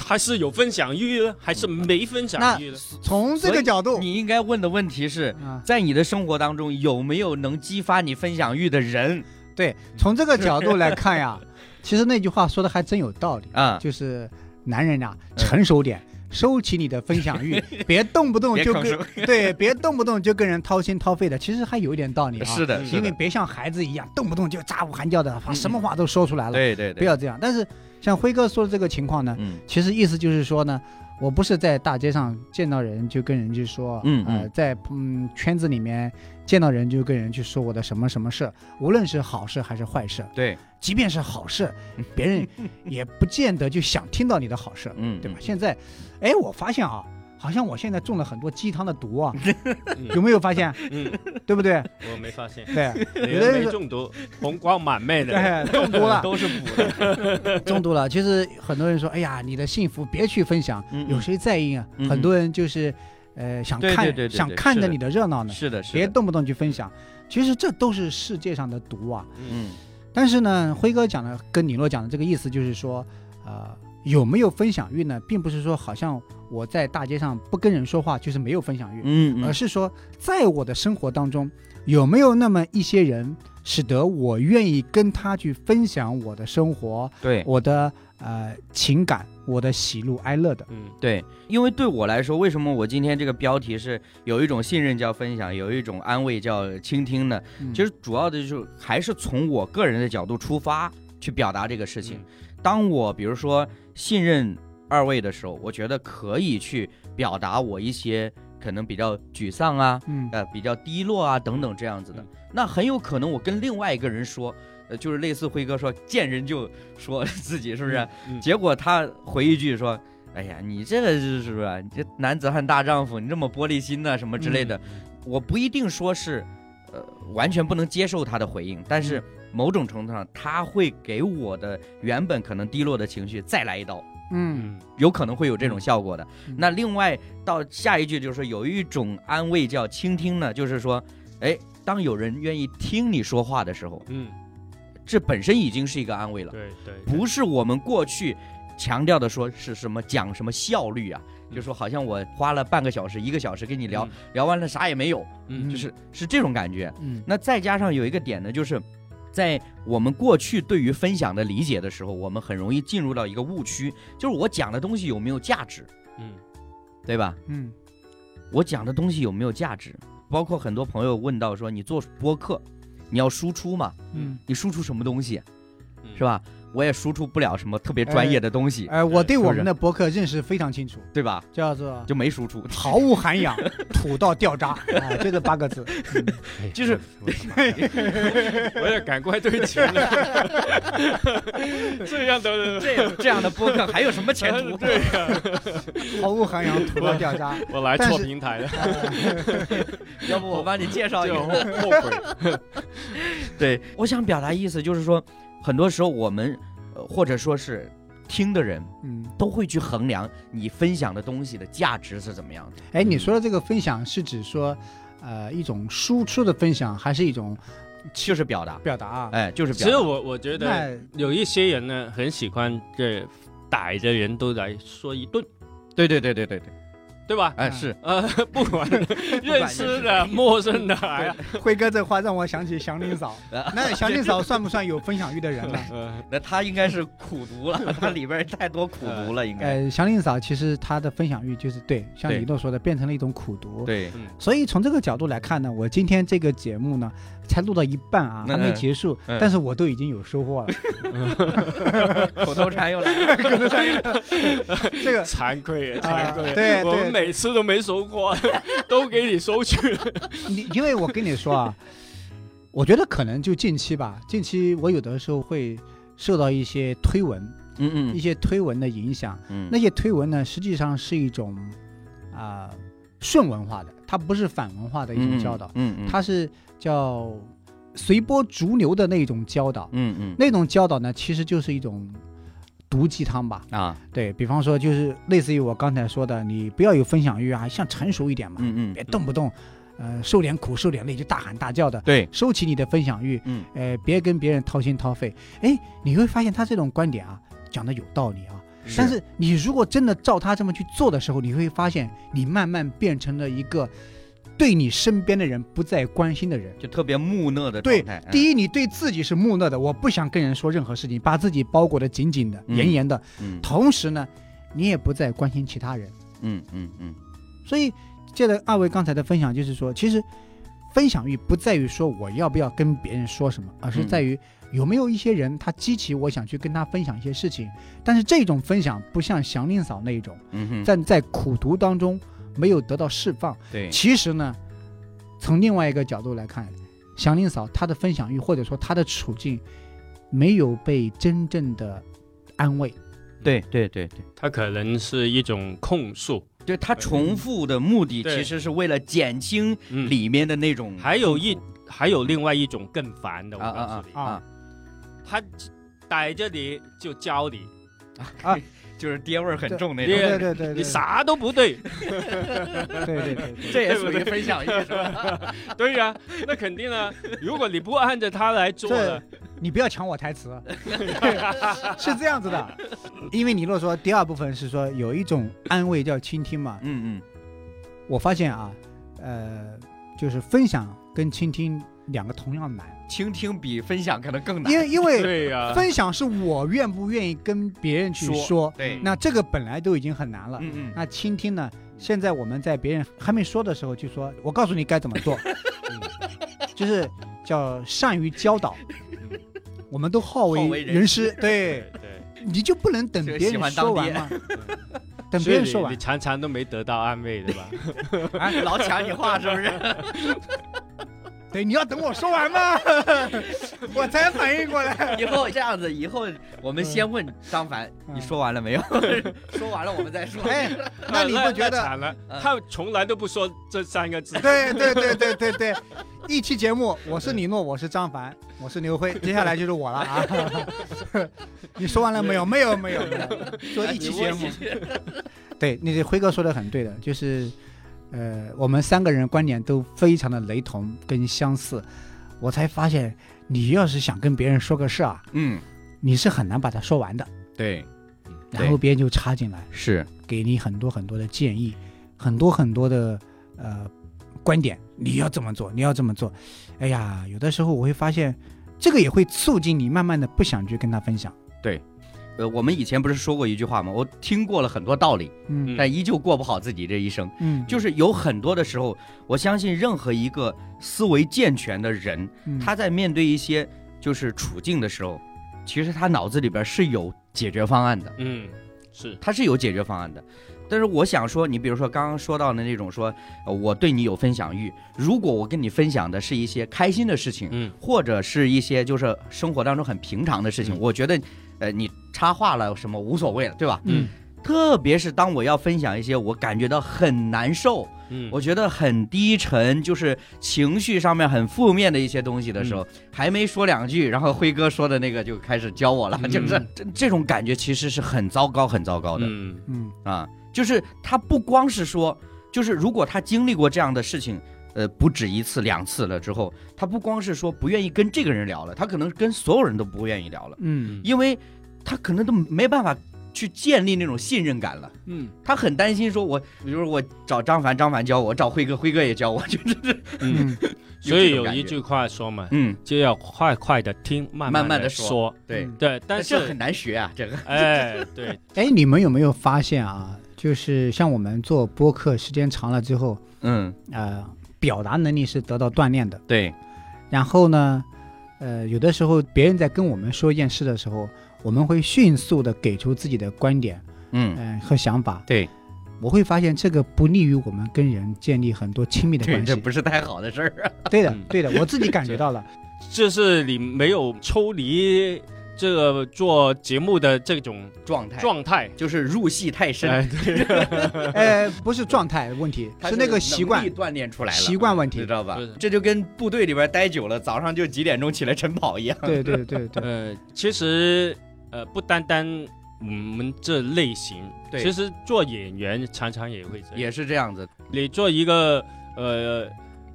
Speaker 3: 他是有分享欲呢，还是
Speaker 1: 嗯
Speaker 3: 没分享 欲呢？
Speaker 2: 从这
Speaker 1: 所
Speaker 2: 个
Speaker 1: 以
Speaker 2: 角度
Speaker 1: 你应该问的问题是。
Speaker 2: 啊，
Speaker 1: 在你的生活当中，有没有能激发你分享欲的人
Speaker 2: 对，从这个角度来 看呀，其实那句话说的还真有道理。
Speaker 1: 啊？嗯
Speaker 2: 就是男人呐、成熟点，收起你的分 享欲，别动不动
Speaker 1: 别
Speaker 2: 就
Speaker 1: 吭
Speaker 2: 跟 对，别动不动就跟人掏心掏肺的，其实还有一点道理啊。
Speaker 1: 是的，
Speaker 3: 嗯
Speaker 1: 是
Speaker 2: 因
Speaker 1: 的
Speaker 2: 为别像孩子一样，动不动就咋呼喊叫的，把
Speaker 1: 嗯
Speaker 2: 什么
Speaker 1: 嗯
Speaker 2: 话都说出来了，
Speaker 1: 对对对，
Speaker 2: 不要这样。但是像辉哥说的这个情况呢，
Speaker 1: 嗯
Speaker 2: 其实意思就是说呢，我不是在大街上见到人就跟人去说，
Speaker 1: 嗯
Speaker 2: 呃
Speaker 1: 嗯，
Speaker 2: 在嗯圈子里面见到人就跟人去说我的什么什么事，无论是好事还是坏事，
Speaker 1: 对，
Speaker 2: 即便是好事，别人也不见得就想听到你的好事，
Speaker 1: 嗯
Speaker 2: 对吧？
Speaker 1: 嗯
Speaker 2: 现在，哎，我发现啊，好像我现在中了很多鸡汤的毒啊，有
Speaker 3: 嗯
Speaker 2: 没有发现？
Speaker 3: 嗯，
Speaker 2: 对不对？
Speaker 3: 我没发现，
Speaker 2: 对，
Speaker 3: 有
Speaker 2: 有的
Speaker 3: 人
Speaker 2: 人
Speaker 3: 没
Speaker 2: 是
Speaker 3: 中毒，红光满面的，
Speaker 2: 对，中毒了，
Speaker 1: 都是补的，
Speaker 2: 中毒了。其实很多人说，哎呀，你的幸福别去分享，
Speaker 1: 嗯嗯
Speaker 2: 有谁在意啊？
Speaker 1: 嗯
Speaker 2: 很多人就是，呃，想
Speaker 1: 对
Speaker 2: 看
Speaker 1: 对对对
Speaker 2: 想
Speaker 1: 对
Speaker 2: 看
Speaker 1: 是
Speaker 2: 着
Speaker 1: 的
Speaker 2: 你的热闹呢，
Speaker 1: 是的，是
Speaker 2: 别
Speaker 1: 的，
Speaker 2: 动不动去分享。其实这都是世界上的毒啊。
Speaker 1: 嗯
Speaker 2: 但是呢，辉哥讲的跟李诺讲的这个意思就是说，呃，有没有分享欲呢，并不是说好像我在大街上不跟人说话就是没有分享欲，
Speaker 1: 嗯
Speaker 2: 而
Speaker 1: 嗯，
Speaker 2: 是说在我的生活当中有没有那么一些人，使得我愿意跟他去分享我的生活、
Speaker 1: 对
Speaker 2: 我的呃情感、我的喜怒哀乐的。
Speaker 3: 嗯
Speaker 1: 对，因为对我来说，为什么我今天这个标题是有一种信任叫分享，有一种安慰叫倾听呢？
Speaker 2: 嗯
Speaker 1: 其实主要的就是还是从我个人的角度出发去表达这个事情
Speaker 3: 嗯。
Speaker 1: 当我比如说信任二位的时候，我觉得可以去表达我一些可能比较沮丧啊，
Speaker 2: 嗯
Speaker 1: 呃比较低落啊等等这样子的
Speaker 3: 嗯，
Speaker 1: 那很有可能我跟另外一个人说，呃就是类似辉哥说见人就说 自己是啊不是？
Speaker 3: 嗯
Speaker 1: 结果他回一句说。哎呀，你这个是是不是？你这男子汉大丈夫，你这么玻璃心呐、什么之类
Speaker 2: 嗯
Speaker 1: 的，我不一定说是，呃，完全不能接受他的回应，但
Speaker 2: 嗯
Speaker 1: 是某种程度上，他会给我的原本可能低落的情绪再来一刀，
Speaker 2: 嗯
Speaker 3: 嗯
Speaker 1: 有可能会有这种效果的。
Speaker 2: 嗯
Speaker 1: 那另外到下一句就是说有一种安慰叫倾听呢，就是说，哎，当有人愿意听你说话的时候，
Speaker 3: 嗯，
Speaker 1: 这本身已经是一个安慰了，
Speaker 3: 对对，
Speaker 1: 不是我们过去。强调的说是什么讲什么效率啊，
Speaker 3: 嗯
Speaker 1: 就说好像我花了半个小时、一个小时跟你
Speaker 3: 你
Speaker 1: 聊，，聊完了啥也没有，
Speaker 3: 嗯
Speaker 1: 就
Speaker 2: 嗯
Speaker 1: 是是这种感觉。
Speaker 2: 嗯
Speaker 1: 那再加上有一个点呢，就是在我们过去对于分享的理解的时候，我们很容易进入到一个误区，就是我讲的东西有没有价值，
Speaker 3: 嗯
Speaker 1: 对吧？
Speaker 2: 嗯
Speaker 1: 我讲的东西有没有价值？包括很多朋友问到说，你做播客，你要输出嘛？
Speaker 2: 嗯
Speaker 3: 嗯。
Speaker 1: 你输出什么东西，
Speaker 3: 嗯
Speaker 1: 是？吧？我也输出不了什么特别专业的东西，
Speaker 2: 哎，我对
Speaker 1: 是不
Speaker 2: 我
Speaker 1: 是
Speaker 2: 们的博客认识非常清楚，
Speaker 1: 对吧？
Speaker 2: 叫做
Speaker 1: 就没输出，
Speaker 2: 毫无涵养，土到掉渣，哎，就这八个字。
Speaker 3: 哎
Speaker 1: 就是
Speaker 3: 我我 我也赶快对齐了，这样的
Speaker 1: 这样这样的播客还有什么前 途？
Speaker 3: 对呀，
Speaker 2: 毫无涵养，土到掉渣。
Speaker 3: 我来
Speaker 2: 但
Speaker 3: 错
Speaker 2: 是
Speaker 3: 平台了，
Speaker 1: 要不我帮你介绍一
Speaker 3: 就
Speaker 1: 个
Speaker 3: 后？后悔。
Speaker 1: 对，我想表达意思就是说，很多时候我们，呃，或者说是听的人
Speaker 2: 嗯，
Speaker 1: 都会去衡量你分享的东西的价值是怎么样的。
Speaker 2: 哎，你
Speaker 3: 嗯
Speaker 2: 说的这个分享是指说，呃，一种输出的分享，还是一种
Speaker 1: 就是表达，
Speaker 2: 表达啊？
Speaker 1: 哎，就是
Speaker 3: 其实
Speaker 1: 表达。
Speaker 3: 我我觉得
Speaker 2: 那
Speaker 3: 有一些人呢，很喜欢这逮着人都来说一顿，
Speaker 1: 对对对对对对，
Speaker 3: 对吧？
Speaker 1: 哎
Speaker 2: 嗯
Speaker 1: 是，
Speaker 3: 呃，不管认识的、陌生的，哎呀，
Speaker 2: 辉哥这话让我想起祥林 嫂，
Speaker 1: 啊
Speaker 2: 那祥林嫂算不算有分享欲的人呢？
Speaker 3: 呃
Speaker 1: 那他应该是苦读了， 他里边太多苦读了，应该。
Speaker 2: 呃，祥林嫂其实她的分享欲就是对，像
Speaker 1: 对
Speaker 2: 李诺说的，变成了一种苦读。
Speaker 1: 对，
Speaker 3: 嗯
Speaker 2: 所以从这个角度来看呢，我今天这个节目呢，才录到一半啊，还没
Speaker 1: 嗯
Speaker 2: 结束，
Speaker 1: 嗯
Speaker 2: 但是我都已经有收获 了。
Speaker 1: 口头禅又来了。
Speaker 2: 这 个
Speaker 3: 惭愧啊，
Speaker 2: 啊
Speaker 3: 惭愧啊，
Speaker 2: 对
Speaker 3: 我
Speaker 2: 对
Speaker 3: 们每次都没收获， 都给你收去了。
Speaker 2: 你因为我跟你说啊，我觉得可能就近期吧，近期我有的时候会受到一些推文、
Speaker 1: 嗯嗯
Speaker 2: 一 些推文的影响。
Speaker 1: 嗯，
Speaker 2: 那些推文呢，实际上是一种啊、顺文化的，它不是反文化的一种教导，
Speaker 1: 嗯嗯，
Speaker 2: 它是叫随波逐流的那种教导。
Speaker 1: 嗯嗯
Speaker 2: 那种教导呢，其实就是一种毒鸡汤吧。
Speaker 1: 啊，
Speaker 2: 对比方说，就是类似于我刚才说的，你不要有分享欲啊，像成熟一点嘛。
Speaker 1: 嗯
Speaker 2: 别
Speaker 1: 嗯，
Speaker 2: 动不动，呃，受点苦受点累就大喊大叫的，
Speaker 1: 对，
Speaker 2: 收起你的分享欲，
Speaker 1: 嗯
Speaker 2: 呃，别跟别人掏心掏肺。哎，你会发现他这种观点啊，讲的有道理啊。但是你如果真的照他这么去做的时候，你会发现你慢慢变成了一个对你身边的人不再关心的人。
Speaker 1: 就特别木讷的
Speaker 2: 对
Speaker 1: 状态。，
Speaker 2: 第一，你对自己是木讷的，我不想跟人说任何事情，把自己包裹的紧紧的、
Speaker 1: 嗯
Speaker 2: 严严的。
Speaker 1: 嗯
Speaker 2: 同时呢，你也不再关心其他人。
Speaker 1: 嗯嗯嗯
Speaker 2: 所以借着二位刚才的分享，就是说，其实分享欲不在于说我要不要跟别人说什么，而是
Speaker 1: 嗯
Speaker 2: 在于有没有一些人他激起我想去跟他分享一些事情。但是这种分享不像祥林嫂那一种，
Speaker 1: 嗯哼，
Speaker 2: 但在苦读当中没有得到释放。
Speaker 1: 对，
Speaker 2: 其实呢，从另外一个角度来看，祥林嫂她的分享欲或者说她的处境没有被真正的安慰。
Speaker 1: 对对对对，
Speaker 3: 它可能是一种控诉。
Speaker 1: 就他重复的目的
Speaker 3: 对
Speaker 1: 其实是为了减轻
Speaker 3: 嗯，
Speaker 1: 里面的那种
Speaker 3: 还有一还有另外一种更烦的，我
Speaker 1: 啊啊
Speaker 3: 告
Speaker 1: 啊
Speaker 3: 诉你，
Speaker 1: 啊啊，
Speaker 3: 他逮着你就教你，
Speaker 1: 就是爹味儿很重那
Speaker 3: 对
Speaker 1: 种，
Speaker 3: 对
Speaker 2: 对对
Speaker 3: 你？啥都不 对。
Speaker 2: 对对对 对
Speaker 1: 这也属于分享欲是吧？
Speaker 3: 对呀、那肯定啊，如果你不按着他来做
Speaker 2: 这
Speaker 3: 了，
Speaker 2: 你不要抢我台词， 是这样子的，因为你若说第二部分是说有一种安慰叫倾听嘛，
Speaker 1: 嗯嗯，
Speaker 2: 我发现啊，呃，就是分享跟倾听两个同样难，
Speaker 1: 倾听比分享可能更难，
Speaker 2: 因为因为
Speaker 3: 对呀、
Speaker 2: 分享是我愿不愿意跟别人去
Speaker 1: 说
Speaker 2: 说，
Speaker 1: 对，
Speaker 2: 那这个本来都已经很难了，
Speaker 1: 嗯嗯，
Speaker 2: 那倾听呢？现在我们在别人还没说的时候，就说我告诉你该怎么做， 就是叫善于教导。我们都好
Speaker 1: 好
Speaker 2: 为
Speaker 1: 为人
Speaker 2: 人师，对，
Speaker 3: 对
Speaker 2: 你就不能等
Speaker 1: 就是
Speaker 2: 别
Speaker 1: 喜
Speaker 2: 人
Speaker 1: 欢当
Speaker 2: 说完
Speaker 1: 爹
Speaker 2: 吗？
Speaker 3: 对，
Speaker 2: 等
Speaker 3: 所
Speaker 2: 别
Speaker 3: 以
Speaker 2: 人
Speaker 3: 你
Speaker 2: 说啊完
Speaker 3: 你，常常都没得到安慰，对吧？
Speaker 1: 哎老抢你话是不是？
Speaker 2: 对，你要等我说完吗？ 我才反应过 来。
Speaker 1: 以后这样子，以后我们先问张凡，
Speaker 2: 嗯
Speaker 1: 你说完了没有？ 说完了我们再说。
Speaker 2: 哎，那你不觉
Speaker 3: 那
Speaker 2: 得？，
Speaker 3: 惨了？
Speaker 1: 嗯
Speaker 3: 他从来都不说这三个字
Speaker 2: 对对对对对对，一期节目，我是李诺，我是张凡，我是刘辉，接下来就是我了啊。 你说完了没有？没有没有没有，做
Speaker 1: 哎
Speaker 2: 一期节目。对，那个辉哥说的很对的，就是，呃，我们三个人观点都非常的雷同跟相似，我才发现，你要是想跟别人说个事啊，
Speaker 1: 嗯，
Speaker 2: 你是很难把它说完的，
Speaker 1: 对，对
Speaker 2: 然后别人就插进来，
Speaker 1: 是，
Speaker 2: 给你很多很多的建议，很多很多的呃观点，你要这么做，你要这么做，哎呀，有的时候我会发现，这个也会促进你慢慢的不想去跟他分享，
Speaker 1: 呃，我们以前不是说过一句话吗？我听过了很多道理，
Speaker 2: 嗯
Speaker 1: 但依旧过不好自己这一生。
Speaker 2: 嗯，
Speaker 1: 就是有很多的时候，我相信任何一个思维健全的人，
Speaker 2: 嗯
Speaker 1: 他在面对一些就是处境的时候，其实他脑子里边是有解决方案的。
Speaker 3: 嗯，是
Speaker 1: 它是有解决方案的。但是我想说，你比如说刚刚说到的那种说，呃我对你有分享欲，如果我跟你分享的是一些开心的事情，
Speaker 3: 嗯，
Speaker 1: 或者是一些就是生活当中很平常的事情，
Speaker 3: 嗯
Speaker 1: 我觉得，呃，你插话了什么无所谓了，对吧？
Speaker 2: 嗯
Speaker 1: 特别是当我要分享一些我感觉到很难受，
Speaker 3: 嗯，
Speaker 1: 我觉得很低沉，就是情绪上面很负面的一些东西的时
Speaker 3: 嗯
Speaker 1: 候，还没说两句，然后辉哥说的那个就开始教我了，
Speaker 3: 嗯
Speaker 1: 就是这这种感觉其实是很糟糕、很糟糕的、
Speaker 3: 嗯
Speaker 2: 嗯
Speaker 1: 啊。就是他不光是说，就是如果他经历过这样的事情，呃，不止一次、两次了之后，他不光是说不愿意跟这个人聊了，他可能跟所有人都不愿意聊了，
Speaker 2: 嗯
Speaker 1: 因为他可能都没办法去建立那种信任感了。
Speaker 3: 嗯
Speaker 1: 他很担心，说我，比如我找张凡，张凡教我；找辉哥，辉哥也教我，就是
Speaker 3: 嗯，
Speaker 2: 嗯
Speaker 3: 所以
Speaker 1: 有这种
Speaker 3: 有
Speaker 1: 感
Speaker 3: 一
Speaker 1: 觉
Speaker 3: 句话说嘛，
Speaker 1: 嗯，
Speaker 3: 就要快快的听，慢
Speaker 1: 慢慢
Speaker 3: 的
Speaker 1: 地
Speaker 3: 说
Speaker 1: 说。对。
Speaker 2: 嗯
Speaker 3: 对，但
Speaker 1: 这很
Speaker 3: 是
Speaker 1: 难学啊，这个
Speaker 3: 哎，对，
Speaker 2: 哎，你们有没有发现啊？就是像我们做播客时间长了之后，
Speaker 1: 嗯，
Speaker 2: 呃，表达能力是得到锻炼的。
Speaker 1: 对，
Speaker 2: 然后呢，呃，有的时候别人在跟我们说一件事的时候，我们会迅速的给出自己的观点，
Speaker 1: 嗯，
Speaker 2: 嗯、和想法。
Speaker 1: 对，
Speaker 2: 我会发现这个不利于我们跟人建立很多亲密的
Speaker 1: 对，
Speaker 2: 关
Speaker 1: 这
Speaker 2: 系。
Speaker 1: 不是太好的事 儿啊。
Speaker 2: 对的
Speaker 3: 嗯，
Speaker 2: 对的，我自己感 觉到了。
Speaker 3: 这是你没有抽离这个做节目的这种
Speaker 1: 状态
Speaker 3: 状态。
Speaker 1: 就是入戏太深，
Speaker 3: 哎，对，
Speaker 2: 呃，不是状态问题，
Speaker 1: 他
Speaker 2: 是那个习惯
Speaker 1: 能力。锻炼出来了，嗯
Speaker 2: 习惯问题
Speaker 1: 你知道吧
Speaker 3: 是？
Speaker 1: 这就跟部队里边待久了，早上就几点钟起来晨跑一样。
Speaker 2: 对对 对对，
Speaker 3: 呃，其实呃，不单单我们这类型，
Speaker 1: 对
Speaker 3: 其实做演员常常也会这样。
Speaker 1: 也是这样子，
Speaker 3: 你做一个呃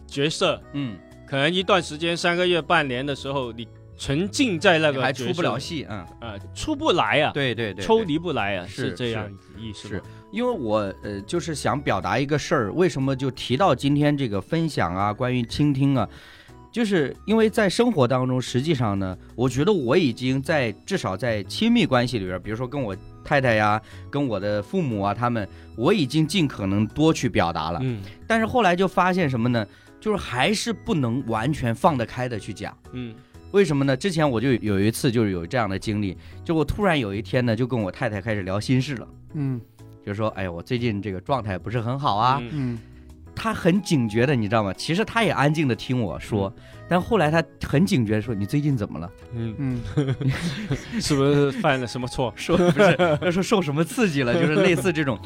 Speaker 3: 角色，
Speaker 1: 嗯，
Speaker 3: 可能一段时间，三个月、半年的时候，你沉浸在那
Speaker 1: 你
Speaker 3: 个
Speaker 1: 还
Speaker 3: 角
Speaker 1: 出不
Speaker 3: 色
Speaker 1: 了戏，嗯，
Speaker 3: 呃，出不来啊，
Speaker 1: 对对对，
Speaker 3: 抽
Speaker 1: 对
Speaker 3: 离不来啊，
Speaker 1: 是
Speaker 3: 这样意思吗
Speaker 1: 是因为我呃，就是想表达一个事儿，为什么就提到今天这个分享啊，关于倾听啊，就是因为在生活当中，实际上呢，我觉得我已经在至少在亲密关系里边儿，比如说跟我太太呀、跟我的父母啊，他们，我已经尽可能多去表达了。
Speaker 3: 嗯
Speaker 1: 但是后来就发现什么呢？就是还是不能完全放得开的去讲。
Speaker 3: 嗯
Speaker 1: 为什么呢？之前我就有一次就是有这样的经历，就我突然有一天呢，就跟我太太开始聊心事了，
Speaker 2: 嗯
Speaker 1: 就说：“哎呀，我最近这个状态不是很好啊。
Speaker 3: 嗯
Speaker 2: 嗯
Speaker 1: 她很警觉的，你知道吗？其实她也安静的听我说，但后来她很警觉的说：“你最近怎么了？”？
Speaker 3: 嗯，
Speaker 2: 嗯
Speaker 3: 是不是犯了什么错
Speaker 1: 说不是，他说受什么刺激 了，就是类似这种。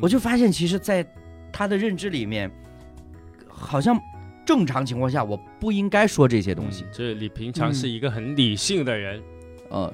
Speaker 1: 我就发现，其实，在他的认知里面，好像正常情况下我不应该说这些东西
Speaker 3: 嗯。这你平常是一个很理性的人，
Speaker 1: 呃，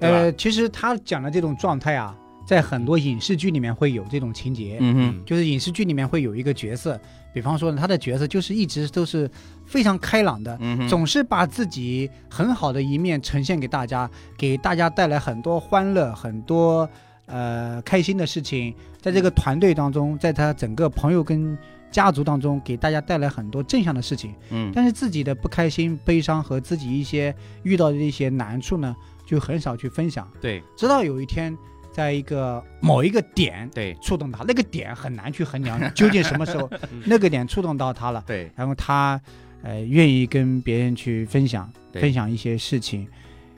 Speaker 3: 对吧
Speaker 2: 呃，其实他讲的这种状态啊，在很多影视剧里面会有这种情节。
Speaker 1: 嗯哼，
Speaker 2: 就是影视剧里面会有一个角色，比方说呢他的角色就是一直都是非常开朗的，
Speaker 1: 嗯哼，
Speaker 2: 总是把自己很好的一面呈现给大家，给大家带来很多欢乐，很多呃开心的事情。在这个团队当中，在他整个朋友跟家族当中，给大家带来很多正向的事情。
Speaker 1: 嗯，
Speaker 2: 但是自己的不开心、悲伤和自己一些遇到的一些难处呢，就很少去分享。
Speaker 1: 对
Speaker 2: 直到有一天，在一个某一个点
Speaker 1: 对
Speaker 2: 触动他，那个点很难去衡量究竟什么 时候
Speaker 3: 嗯
Speaker 2: 那个点触动到他了。
Speaker 1: 对
Speaker 2: 然后他呃愿意跟别人去分享
Speaker 1: 对
Speaker 2: 分享一些事情。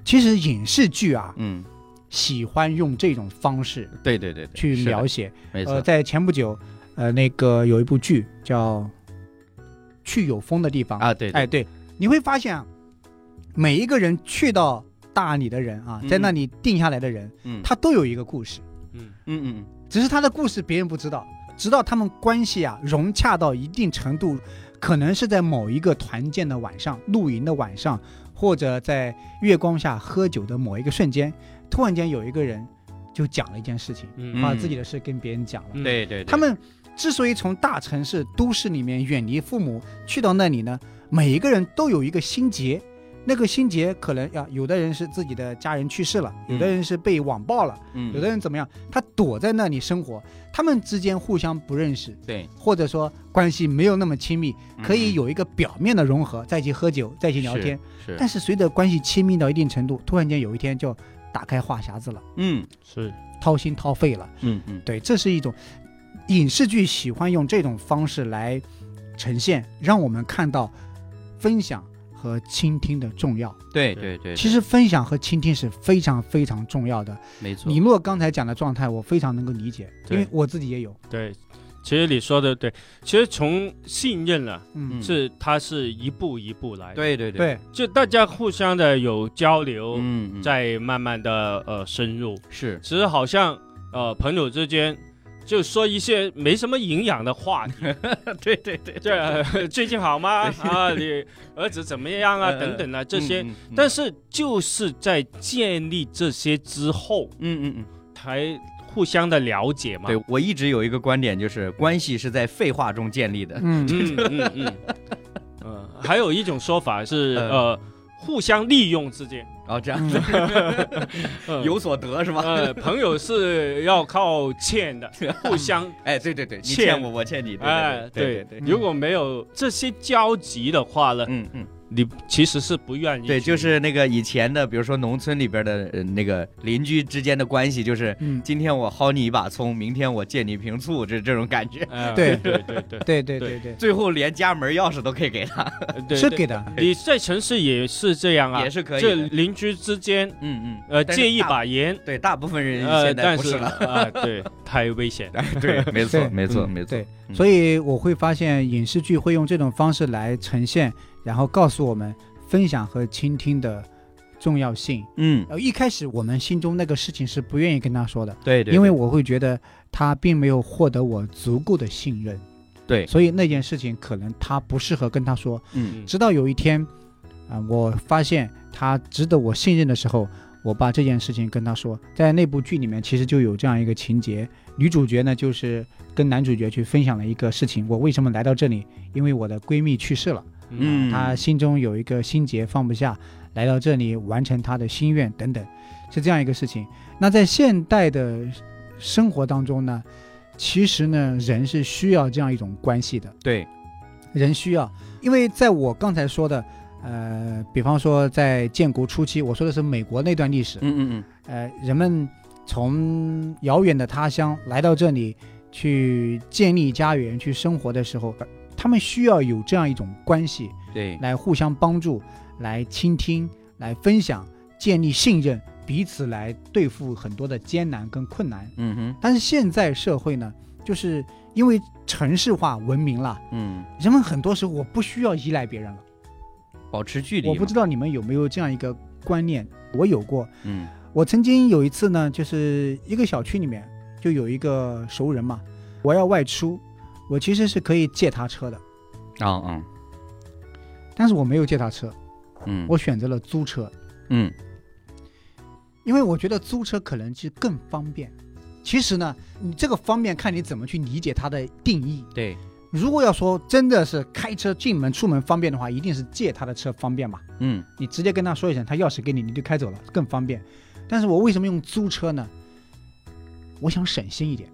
Speaker 2: 其实影视剧啊，
Speaker 1: 嗯，
Speaker 2: 喜欢用这种方式
Speaker 1: 对对对对，
Speaker 2: 去
Speaker 1: 是的
Speaker 2: 描，写。
Speaker 1: 没
Speaker 2: 呃，
Speaker 1: 错，
Speaker 2: 在前不久，呃，那个有一部剧叫《去有风的地方》
Speaker 1: 啊，对，对
Speaker 2: 哎，对，你会发现啊，每一个人去到大理的人啊，
Speaker 1: 嗯
Speaker 2: 在那里定下来的人，
Speaker 1: 嗯，
Speaker 2: 他都有一个故事，
Speaker 3: 嗯
Speaker 1: 嗯嗯
Speaker 2: 只是他的故事别人不知道，直到他们关系啊融洽到一定程度，可能是在某一个团建的晚上、露营的晚上，或者在月光下喝酒的某一个瞬间，突然间有一个人就讲了一件事情，
Speaker 3: 嗯
Speaker 2: 把
Speaker 1: 嗯
Speaker 2: 自己的事跟别人讲了。
Speaker 1: 嗯，
Speaker 3: 嗯
Speaker 1: 对对，对
Speaker 2: 他们之所以从大城市、都市里面远离父母，去到那里呢，每一个人都有一个心结。那个心结可能呀、有的人是自己的家人去世了，
Speaker 1: 嗯
Speaker 2: 有的人是被网暴了，
Speaker 1: 嗯
Speaker 2: 有的人怎么样，他躲在那里生活，他们之间互相不认识，
Speaker 1: 对
Speaker 2: 或者说关系没有那么亲密，可以
Speaker 1: 嗯
Speaker 2: 有一个表面的融合，在一起喝酒，在一起聊
Speaker 1: 是
Speaker 2: 天。
Speaker 1: 是，
Speaker 2: 但是随着关系亲密到一定程度，突然间有一天就打开话匣子了，
Speaker 1: 嗯
Speaker 3: 是
Speaker 2: 掏心掏肺了。
Speaker 1: 嗯嗯，
Speaker 2: 对，这是一种影视剧喜欢用这种方式来呈现，让我们看到分享和倾听的重要。
Speaker 1: 对对对，
Speaker 2: 其实分享和倾听是非常非常重要的。
Speaker 1: 没错
Speaker 2: 李，诺刚才讲的状态，我非常能够理解，因
Speaker 3: 对
Speaker 2: 为我自己也有。
Speaker 3: 对。其实你说的对，其实从信任啊，
Speaker 2: 嗯
Speaker 1: 嗯，
Speaker 3: 是它是一步一步来的，
Speaker 1: 对对，
Speaker 2: 对，
Speaker 3: 就大家互相的有交流，
Speaker 1: 嗯，嗯
Speaker 3: 再慢慢的呃深入。
Speaker 1: 是
Speaker 3: 其实好像呃朋友之间就说一些没什么营养的话题，
Speaker 1: 对对对
Speaker 3: 这、呃 最近好吗？啊，你儿子怎么样啊？
Speaker 1: 呃
Speaker 3: 等等啊这些。，
Speaker 1: 嗯嗯
Speaker 3: 但是就是在建立这些之后，
Speaker 1: 嗯嗯嗯。
Speaker 3: 才互相的了解嘛。
Speaker 1: 对我一直有一个观点，就是关系是在废话中建立的。
Speaker 2: 嗯
Speaker 3: 嗯嗯嗯。呃，还有一种说法是
Speaker 1: 嗯
Speaker 3: 呃，互相利用之间。
Speaker 1: 哦，这样
Speaker 2: 嗯
Speaker 1: 子
Speaker 3: 呃
Speaker 1: 有所得是吧？
Speaker 3: 呃，朋友是要靠 欠的，互相。
Speaker 1: 哎，对对对，你
Speaker 3: 欠
Speaker 1: 欠我，我欠你。对
Speaker 3: 哎，
Speaker 1: 对对
Speaker 3: 对
Speaker 1: 对，
Speaker 3: 如果没有这些交集的话呢，
Speaker 1: 嗯嗯，
Speaker 3: 你其实是不愿意去。
Speaker 1: 对，就是那个以前的，比如说农村里边的呃那个邻居之间的关系，就是
Speaker 2: 嗯，
Speaker 1: 今天我薅你一把葱，明天我借你一瓶醋，这这种感觉，
Speaker 3: 哎，
Speaker 2: 对
Speaker 3: 对对对
Speaker 2: 对对 对对，
Speaker 1: 最后连家门钥匙都可以给他，
Speaker 3: 对对，
Speaker 2: 是给的。
Speaker 3: 你在城市也是这样啊
Speaker 1: 也，是可以
Speaker 3: 这
Speaker 1: 的。
Speaker 3: 邻居之间
Speaker 1: 嗯嗯，
Speaker 3: 呃
Speaker 1: 但是
Speaker 3: 借一
Speaker 1: 大。
Speaker 3: 把盐，
Speaker 1: 对，大部分人
Speaker 3: 呃，
Speaker 1: 现在
Speaker 3: 但
Speaker 1: 不
Speaker 3: 是
Speaker 1: 了。
Speaker 3: 啊，对，太危险。
Speaker 1: 对，没错，
Speaker 2: 对
Speaker 1: 没错，
Speaker 2: 嗯
Speaker 1: 没错
Speaker 2: 对。所
Speaker 1: 以，
Speaker 2: 以我会发现影视剧会用这种方式来呈现，然后告诉我们分享和倾听的重要性。
Speaker 1: 嗯，
Speaker 2: 呃，一开始我们心中那个事情是不愿意跟他说的，
Speaker 1: 对对，
Speaker 2: 因为
Speaker 1: 对
Speaker 2: 我会觉得他并没有获得我足够的信任，
Speaker 1: 对
Speaker 2: 所以那件事情可能他不适合跟他说。
Speaker 1: 嗯
Speaker 2: 直到有一天，啊、我发现他值得我信任的时候，我把这件事情跟他说。在那部剧里面，其实就有这样一个情节，女主角呢就是跟男主角去分享了一个事情：我为什么来到这里？因为我的闺蜜去世了。
Speaker 1: 嗯，
Speaker 2: 他心中有一个心结放不下，来到这里完成他的心愿等等，是这样一个事情。那在现代的生活当中呢，其实呢，人是需要这样一种关系的，
Speaker 1: 对，
Speaker 2: 人需要，因为在我刚才说的，呃，比方说在建国初期，我说的是美国那段历史，
Speaker 1: 嗯嗯嗯，
Speaker 2: 呃，人们从遥远的他乡来到这里去建立家园、去生活的时候，他们需要有这样一种关系，
Speaker 1: 嗯对，
Speaker 2: 来互相帮助，来倾听，来分享，建立信任，彼此来对付很多的艰难跟困难。
Speaker 1: 嗯哼，
Speaker 2: 但是现在社会呢，就是因为城市化文明了，
Speaker 1: 嗯，
Speaker 2: 人们很多时候我不需要依赖别人了。
Speaker 1: 保持距离嘛，
Speaker 2: 我不知道你们有没有这样一个观念，我有过。
Speaker 1: 嗯
Speaker 2: 我曾经有一次呢，就是一个小区里面就有一个熟人嘛，我要外出，我其实是可以借他车的，
Speaker 1: 啊啊
Speaker 2: 但是我没有借他车，
Speaker 1: 嗯，
Speaker 2: 我选择了租车，
Speaker 1: 嗯
Speaker 2: 因为我觉得租车可能是更方便。其实呢，你这个方便看你怎么去理解它的定义。
Speaker 1: 对，
Speaker 2: 如果要说真的是开车进门出门方便的话，一定是借他的车方便嘛。
Speaker 1: 嗯
Speaker 2: 你直接跟他说一声，他钥匙给你，你就开走了，更方便。但是我为什么用租车呢？我想省心一点。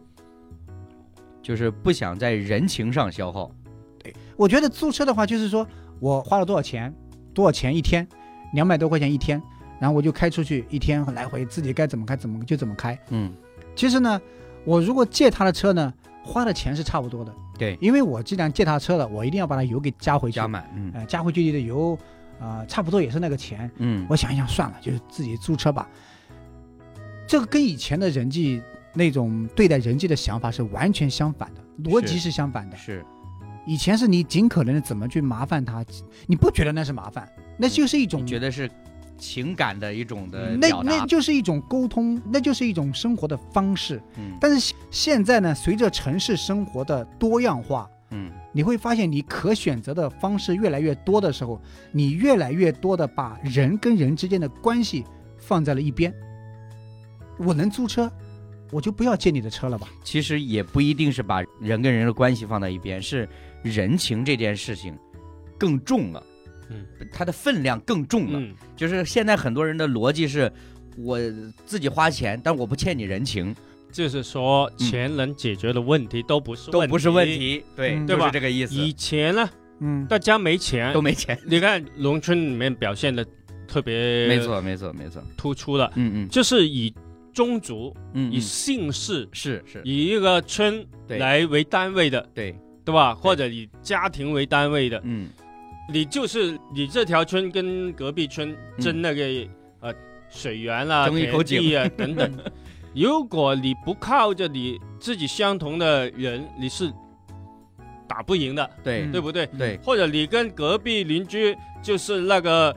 Speaker 1: 就是不想在人情上消耗，
Speaker 2: 我觉得租车的话，就是说我花了多少钱，多少钱一天，两百多块钱一天，然后我就开出去一天来回，自己该怎么开怎么就怎么开。
Speaker 1: 嗯
Speaker 2: 其实呢，我如果借他的车呢，花的钱是差不多的，
Speaker 1: 对，
Speaker 2: 因为我既然借他车了，我一定要把他油给加回去，
Speaker 1: 加满，嗯
Speaker 2: 呃，加回去的油，呃，差不多也是那个钱。
Speaker 1: 嗯，
Speaker 2: 我想一想，算了，就是自己租车吧。这个跟以前的人际那种对待人际的想法是完全相反的，逻辑是相反的。
Speaker 1: 是，
Speaker 2: 以前是你尽可能的怎么去麻烦他，你不觉得那是麻烦，那就是一种
Speaker 1: 你觉得是情感的一种的
Speaker 2: 那
Speaker 1: 表
Speaker 2: 那
Speaker 1: 达，
Speaker 2: 就是一种沟通，那就是一种生活的方式。
Speaker 1: 嗯
Speaker 2: 但是现现在呢，随着城市生活的多样化，
Speaker 1: 嗯，
Speaker 2: 你会发现你可选择的方式越来越多的时候，你越来越多的把人跟人之间的关系放在了一边。我能租车，我就不要借你的车了吧？
Speaker 1: 其实也不一定是把人跟人的关系放在一边，是人情这件事情更重了，
Speaker 3: 嗯，
Speaker 1: 它的分量更重了。
Speaker 3: 嗯，
Speaker 1: 就是现在很多人的逻辑是，我自己花钱，但我不欠你人情，
Speaker 3: 就是说
Speaker 1: 嗯
Speaker 3: 钱能解决的问题都不是
Speaker 1: 都不是问。题，对，
Speaker 2: 嗯
Speaker 1: 就
Speaker 3: 对吧
Speaker 1: 是这个意思，
Speaker 3: 以前呢，
Speaker 2: 嗯，
Speaker 3: 大家没钱
Speaker 1: 都，没钱，
Speaker 3: 你看农村里面表现的特别
Speaker 1: 没错，没错，没错，
Speaker 3: 突出了，
Speaker 1: 嗯嗯
Speaker 3: 就是以宗族、
Speaker 1: 嗯，
Speaker 3: 以
Speaker 1: 嗯
Speaker 3: 姓氏、
Speaker 1: 是是，
Speaker 3: 以一个村
Speaker 1: 对
Speaker 3: 来为单位的，
Speaker 1: 对，
Speaker 3: 对吧？或者以家庭为单位的，
Speaker 1: 嗯，
Speaker 3: 你就是你这条村跟隔壁村争那个、呃水源
Speaker 1: 嗯
Speaker 3: 啦、
Speaker 1: 争一
Speaker 3: 田
Speaker 1: 口
Speaker 3: 地啊等等。如果你不靠着你自己相同的人，你是打不赢的，
Speaker 1: 对
Speaker 2: 嗯，
Speaker 3: 对不对？
Speaker 1: 对，
Speaker 3: 或者你跟隔壁邻居就是那个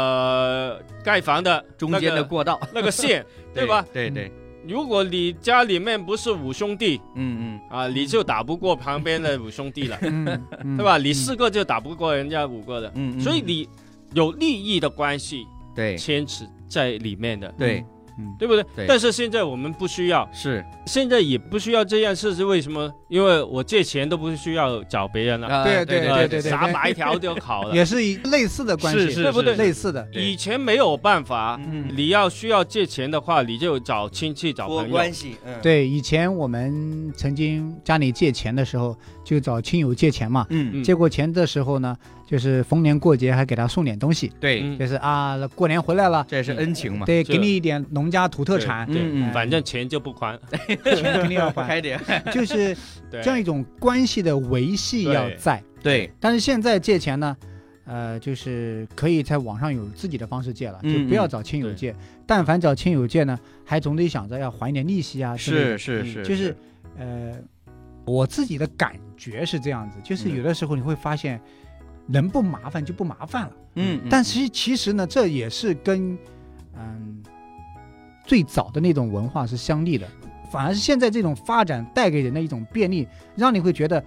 Speaker 3: 呃盖房的
Speaker 1: 中间
Speaker 3: 那
Speaker 1: 的
Speaker 3: 个
Speaker 1: 过道，
Speaker 3: 那个县，对吧？
Speaker 1: 对对，
Speaker 3: 如果你家里面不是五兄弟
Speaker 1: 嗯嗯，
Speaker 3: 啊，你就打不过旁边的五兄 弟了
Speaker 2: 嗯，嗯
Speaker 3: 对吧？你四个就打不过人家五个了。
Speaker 1: 嗯，嗯
Speaker 3: 所以你有利益的关系
Speaker 1: 对
Speaker 3: 牵扯在里面的，
Speaker 1: 对，
Speaker 2: 嗯
Speaker 3: 对不对？
Speaker 1: 对
Speaker 3: 但是现在我们不需要，
Speaker 1: 是
Speaker 3: 现在也不需要这样，是是为什么？因为我借钱都不需要找别人了，
Speaker 1: 啊
Speaker 2: 对
Speaker 1: 对
Speaker 2: 对
Speaker 3: 呃
Speaker 2: 对对
Speaker 3: 啥白条都考 了。
Speaker 2: 也是以类似的关系，
Speaker 1: 是是
Speaker 3: 对不对
Speaker 1: 是
Speaker 2: 类似的，
Speaker 1: 对
Speaker 3: 以前没有办法，
Speaker 1: 嗯
Speaker 3: 你要需要借钱的话，你就找亲戚找
Speaker 1: 托
Speaker 3: 朋
Speaker 1: 关
Speaker 3: 友，
Speaker 1: 系，嗯，，
Speaker 2: 对，以前我们曾经家里借钱的时候，就找亲友借钱嘛。
Speaker 1: 嗯
Speaker 3: 嗯
Speaker 2: 借过钱的时候呢，就是逢年过节还给他送点东西，
Speaker 1: 对，
Speaker 3: 嗯
Speaker 2: 就是啊，过年回来了，
Speaker 1: 这也是恩情嘛，
Speaker 2: 得
Speaker 3: 这
Speaker 2: 给你一点农家土特产，
Speaker 3: 对，
Speaker 1: 嗯
Speaker 2: 嗯
Speaker 3: 反正钱就不还。
Speaker 2: 肯定要还，
Speaker 1: 开点，
Speaker 2: 就是
Speaker 3: 对
Speaker 2: 这，样一种关系的维系要
Speaker 3: 对
Speaker 2: 在。
Speaker 1: 对，
Speaker 2: 但是现在借钱呢，呃，就是可以在网上有自己的方式借了，就
Speaker 1: 嗯
Speaker 2: 不要
Speaker 1: 嗯
Speaker 2: 找亲友
Speaker 3: 对
Speaker 2: 借。但凡找亲友借呢，还总得想着要还点利息啊之类的，
Speaker 1: 是是是，
Speaker 2: 就是呃，我自己的感觉是这样子，就是
Speaker 1: 嗯
Speaker 2: 有的时候你会发现，能不麻烦就不麻烦了。
Speaker 1: 嗯，
Speaker 2: 但其实其实呢，这也是跟嗯最早的那种文化是相逆的，反而是现在这种发展带给人的一种便利，让你会觉得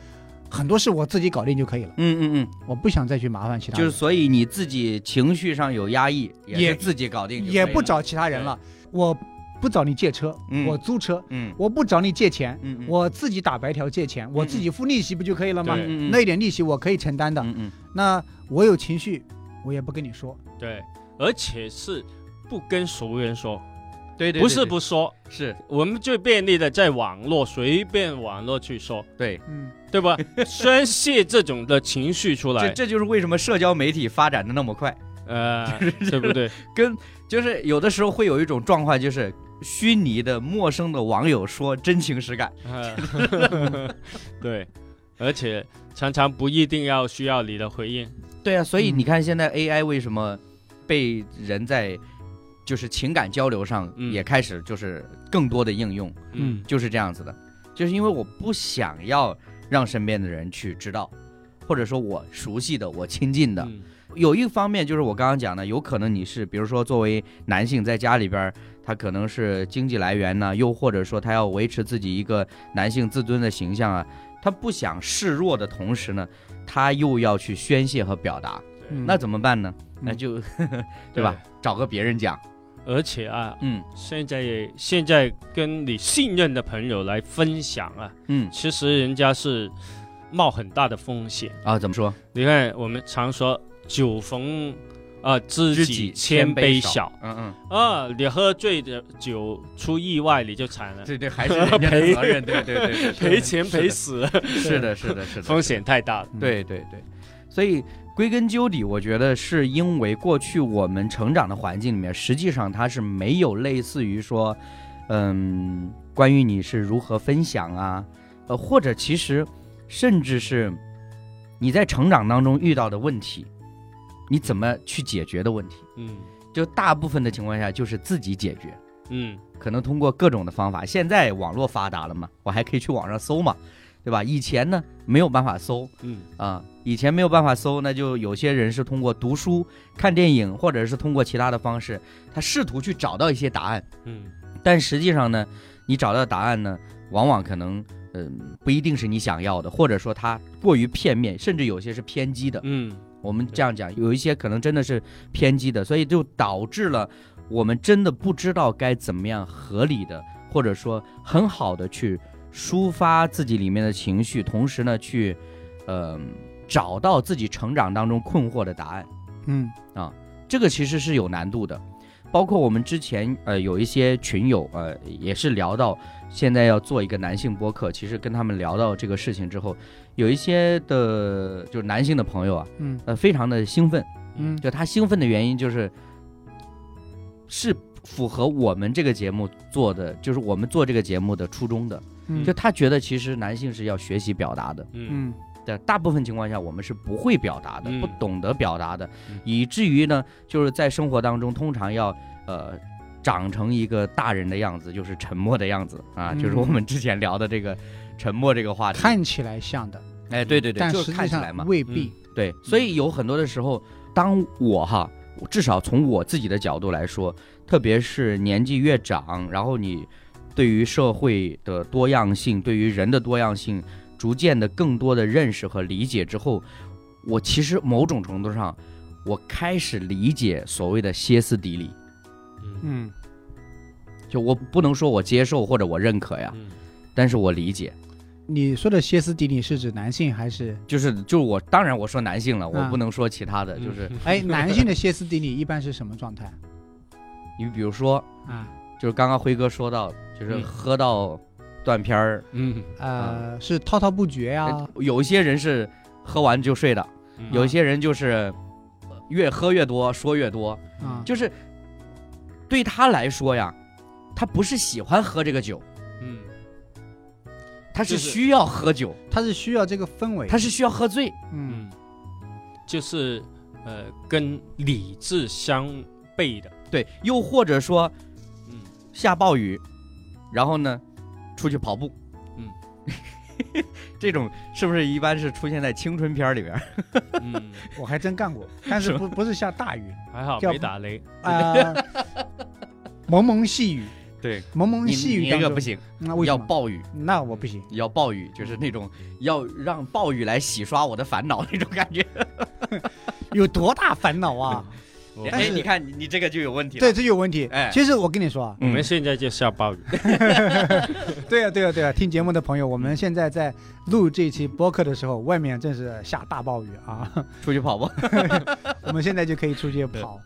Speaker 2: 很多事我自己搞定就可以了，
Speaker 1: 嗯嗯嗯，
Speaker 2: 我不想再去麻烦其他
Speaker 1: 就
Speaker 2: 人，
Speaker 1: 是所以你自己情绪上有压抑，
Speaker 2: 也
Speaker 1: 是自己搞定，
Speaker 2: 也不，找其他人了，我不找你借车，
Speaker 1: 嗯
Speaker 2: 我租车，
Speaker 1: 嗯
Speaker 2: 我不找你借钱。
Speaker 1: 嗯嗯，
Speaker 2: 我自己打白条借钱，我自己付利息不就可以了吗？
Speaker 3: 对
Speaker 1: 嗯嗯
Speaker 2: 那一点利息我可以承担的。
Speaker 1: 嗯嗯
Speaker 2: 那我有情绪，我也不跟你说。
Speaker 3: 对，而且是不跟熟人说，
Speaker 1: 对对，
Speaker 3: 不是不说，
Speaker 1: 是，
Speaker 3: 我们最便利的在网络随便网络去说，
Speaker 1: 对，
Speaker 2: 嗯，
Speaker 3: 对吧？宣泄这种的情绪出
Speaker 1: 这
Speaker 3: 来，
Speaker 1: 这就是为什么社交媒体发展的那么快，
Speaker 3: 呃，对不对？
Speaker 1: 跟就是有的时候会有一种状况，就是虚拟的陌生的网友说真情实感，
Speaker 3: 呃啊 对，而且常常不一定要需要你的回应。
Speaker 1: 对啊，所以
Speaker 2: 嗯
Speaker 1: 你看现在 AI 为什么被人在就是情感交流上
Speaker 3: 嗯
Speaker 1: 也开始就是更多的应用，
Speaker 2: 嗯
Speaker 1: 就是这样子的，就是因为我不想要让身边的人去知道，或者说我熟悉的、我亲近的。
Speaker 3: 嗯
Speaker 1: 有一方面就是我刚刚讲的，有可能你是比如说作为男性在家里边儿，他可能是经济来源呢、又或者说他要维持自己一个男性自尊的形象啊，他不想示弱的同时呢，他又要去宣泄和表达。
Speaker 2: 嗯
Speaker 1: 那怎么办呢？那
Speaker 2: 嗯
Speaker 1: 就对吧？找个别人讲。
Speaker 3: 而且啊，
Speaker 1: 嗯
Speaker 3: 现在也现在跟你信任的朋友来分享啊，
Speaker 1: 嗯
Speaker 3: 其实人家是冒很大的风险。
Speaker 1: 啊，怎么说？
Speaker 3: 你看，我们常说酒逢啊、知
Speaker 1: 知
Speaker 3: 己
Speaker 1: 己
Speaker 3: 千
Speaker 1: 杯
Speaker 3: 杯少
Speaker 1: 嗯 嗯，
Speaker 3: 啊，你喝醉的酒出意外你就惨了，
Speaker 1: 对对，还是人家的责任。对对对，对
Speaker 3: 赔钱赔死，
Speaker 1: 是的，是的，是的，
Speaker 3: 风险太大了。
Speaker 2: 嗯
Speaker 1: 对对对，所以归根究底，我觉得是因为过去我们成长的环境里面，实际上它是没有类似于说，嗯，关于你是如何分享啊，呃，或者其实甚至是你在成长当中遇到的问题，你怎么去解决的问题，
Speaker 3: 嗯
Speaker 1: 就大部分的情况下就是自己解决。
Speaker 3: 嗯
Speaker 1: 可能通过各种的方法。现在网络发达了嘛，我还可以去网上搜嘛，对吧？以前呢没有办法搜，
Speaker 3: 嗯
Speaker 1: 啊，以前没有办法搜，那就有些人是通过读书、看电影，或者是通过其他的方式，他试图去找到一些答案。
Speaker 3: 嗯
Speaker 1: 但实际上呢，你找到的答案呢，往往可能嗯、不一定是你想要的，或者说它过于片面，甚至有些是偏激的。
Speaker 3: 嗯
Speaker 1: 我们这样讲，有一些可能真的是偏激的，所以就导致了我们真的不知道该怎么样合理的，或者说很好的去抒发自己里面的情绪，同时呢，去，呃，找到自己成长当中困惑的答案。
Speaker 2: 嗯
Speaker 1: 这个其实是有难度的。包括我们之前呃有一些群友呃也是聊到现在要做一个男性播客，其实跟他们聊到这个事情之后，有一些的就是男性的朋友啊，
Speaker 2: 嗯
Speaker 1: 呃非常的兴奋。
Speaker 2: 嗯
Speaker 1: 就他兴奋的原因就是，是符合我们这个节目做的，就是我们做这个节目的初衷的。
Speaker 2: 嗯
Speaker 1: 就他觉得其实男性是要学习表达的，
Speaker 3: 嗯
Speaker 2: 嗯
Speaker 1: 但大部分情况下我们是不会表达的，
Speaker 3: 嗯
Speaker 1: 不懂得表达的
Speaker 3: 嗯，
Speaker 1: 以至于呢，就是在生活当中通常要呃。长成一个大人的样子，就是沉默的样子啊，
Speaker 2: 嗯
Speaker 1: 就是我们之前聊的这个沉默这个话题。
Speaker 2: 看起来像的，
Speaker 1: 哎，对对对，
Speaker 2: 但
Speaker 1: 就
Speaker 2: 实
Speaker 1: 是
Speaker 2: 际
Speaker 1: 看起来
Speaker 2: 上
Speaker 1: 嘛，
Speaker 2: 未必。
Speaker 1: 对，所以有很多的时候，当我哈，我至少从我自己的角度来说，特别是年纪越长，然后你对于社会的多样性、对于人的多样性，逐渐的更多的认识和理解之后，我其实某种程度上，我开始理解所谓的歇斯底里。
Speaker 3: 嗯
Speaker 2: 嗯
Speaker 1: 就我不能说我接受或者我认可呀，
Speaker 3: 嗯
Speaker 1: 但是我理解，
Speaker 2: 你说的歇斯底里是指男性 还是？
Speaker 1: 就是就是我当然我说男性了，我
Speaker 2: 嗯
Speaker 1: 不能说其他的，
Speaker 3: 嗯
Speaker 1: 就是
Speaker 2: 哎，男性的歇斯底里一般是什么状态
Speaker 1: 你比如说
Speaker 2: 啊？
Speaker 1: 就是刚刚辉哥说到，就是
Speaker 3: 嗯
Speaker 1: 喝到断片儿、
Speaker 3: 嗯
Speaker 1: 啊
Speaker 2: 呃，是滔滔不绝呀
Speaker 1: 呃，有一些人是喝完就睡的，
Speaker 3: 嗯
Speaker 1: 有一些人就是越喝越多，说越多，
Speaker 3: 嗯
Speaker 2: 啊，
Speaker 1: 哎就是对他来说呀，他不是喜欢喝这个酒，
Speaker 3: 嗯
Speaker 1: 他是
Speaker 3: 就是
Speaker 1: 需要喝酒，
Speaker 2: 他是需要这个氛围，
Speaker 1: 他是需要喝醉，
Speaker 2: 嗯
Speaker 3: 嗯，就是呃跟理智相悖的，
Speaker 1: 对，又或者说
Speaker 3: 嗯
Speaker 1: 下暴雨，然后呢出去跑步，
Speaker 3: 嗯。
Speaker 1: 这种是不是一般是出现在青春片儿里边儿？
Speaker 3: 嗯，
Speaker 2: 我还真 干过，但是不不是下大 雨
Speaker 3: 还好
Speaker 2: 要
Speaker 3: 没
Speaker 2: 不
Speaker 3: 打雷，
Speaker 1: 呃
Speaker 2: 啊，蒙蒙细雨，
Speaker 1: 对，
Speaker 2: 蒙蒙
Speaker 1: 你
Speaker 2: 细
Speaker 1: 你
Speaker 2: 雨
Speaker 1: 那
Speaker 2: 当
Speaker 1: 个
Speaker 2: 中
Speaker 1: 不，行，
Speaker 2: 那为什
Speaker 1: 要
Speaker 2: 么？
Speaker 1: 暴雨。
Speaker 2: 那我不行，
Speaker 1: 要暴雨，就是那种要让暴雨来洗刷我的烦恼那种感觉。
Speaker 2: 有多大烦恼啊？
Speaker 3: 我
Speaker 2: 但
Speaker 1: 哎，
Speaker 2: 是
Speaker 1: 你看你你这个 就有问题了。
Speaker 2: 对，，这有问题。
Speaker 1: 哎
Speaker 2: 其实我跟你说啊，
Speaker 3: 我们现在就下暴雨，
Speaker 2: 对呀、对呀、对呀、听节目的朋友，我们现在在录这期播客的时候，外面正是下大暴雨啊，
Speaker 1: 出去 跑步。
Speaker 2: 我们现在就可以出去跑。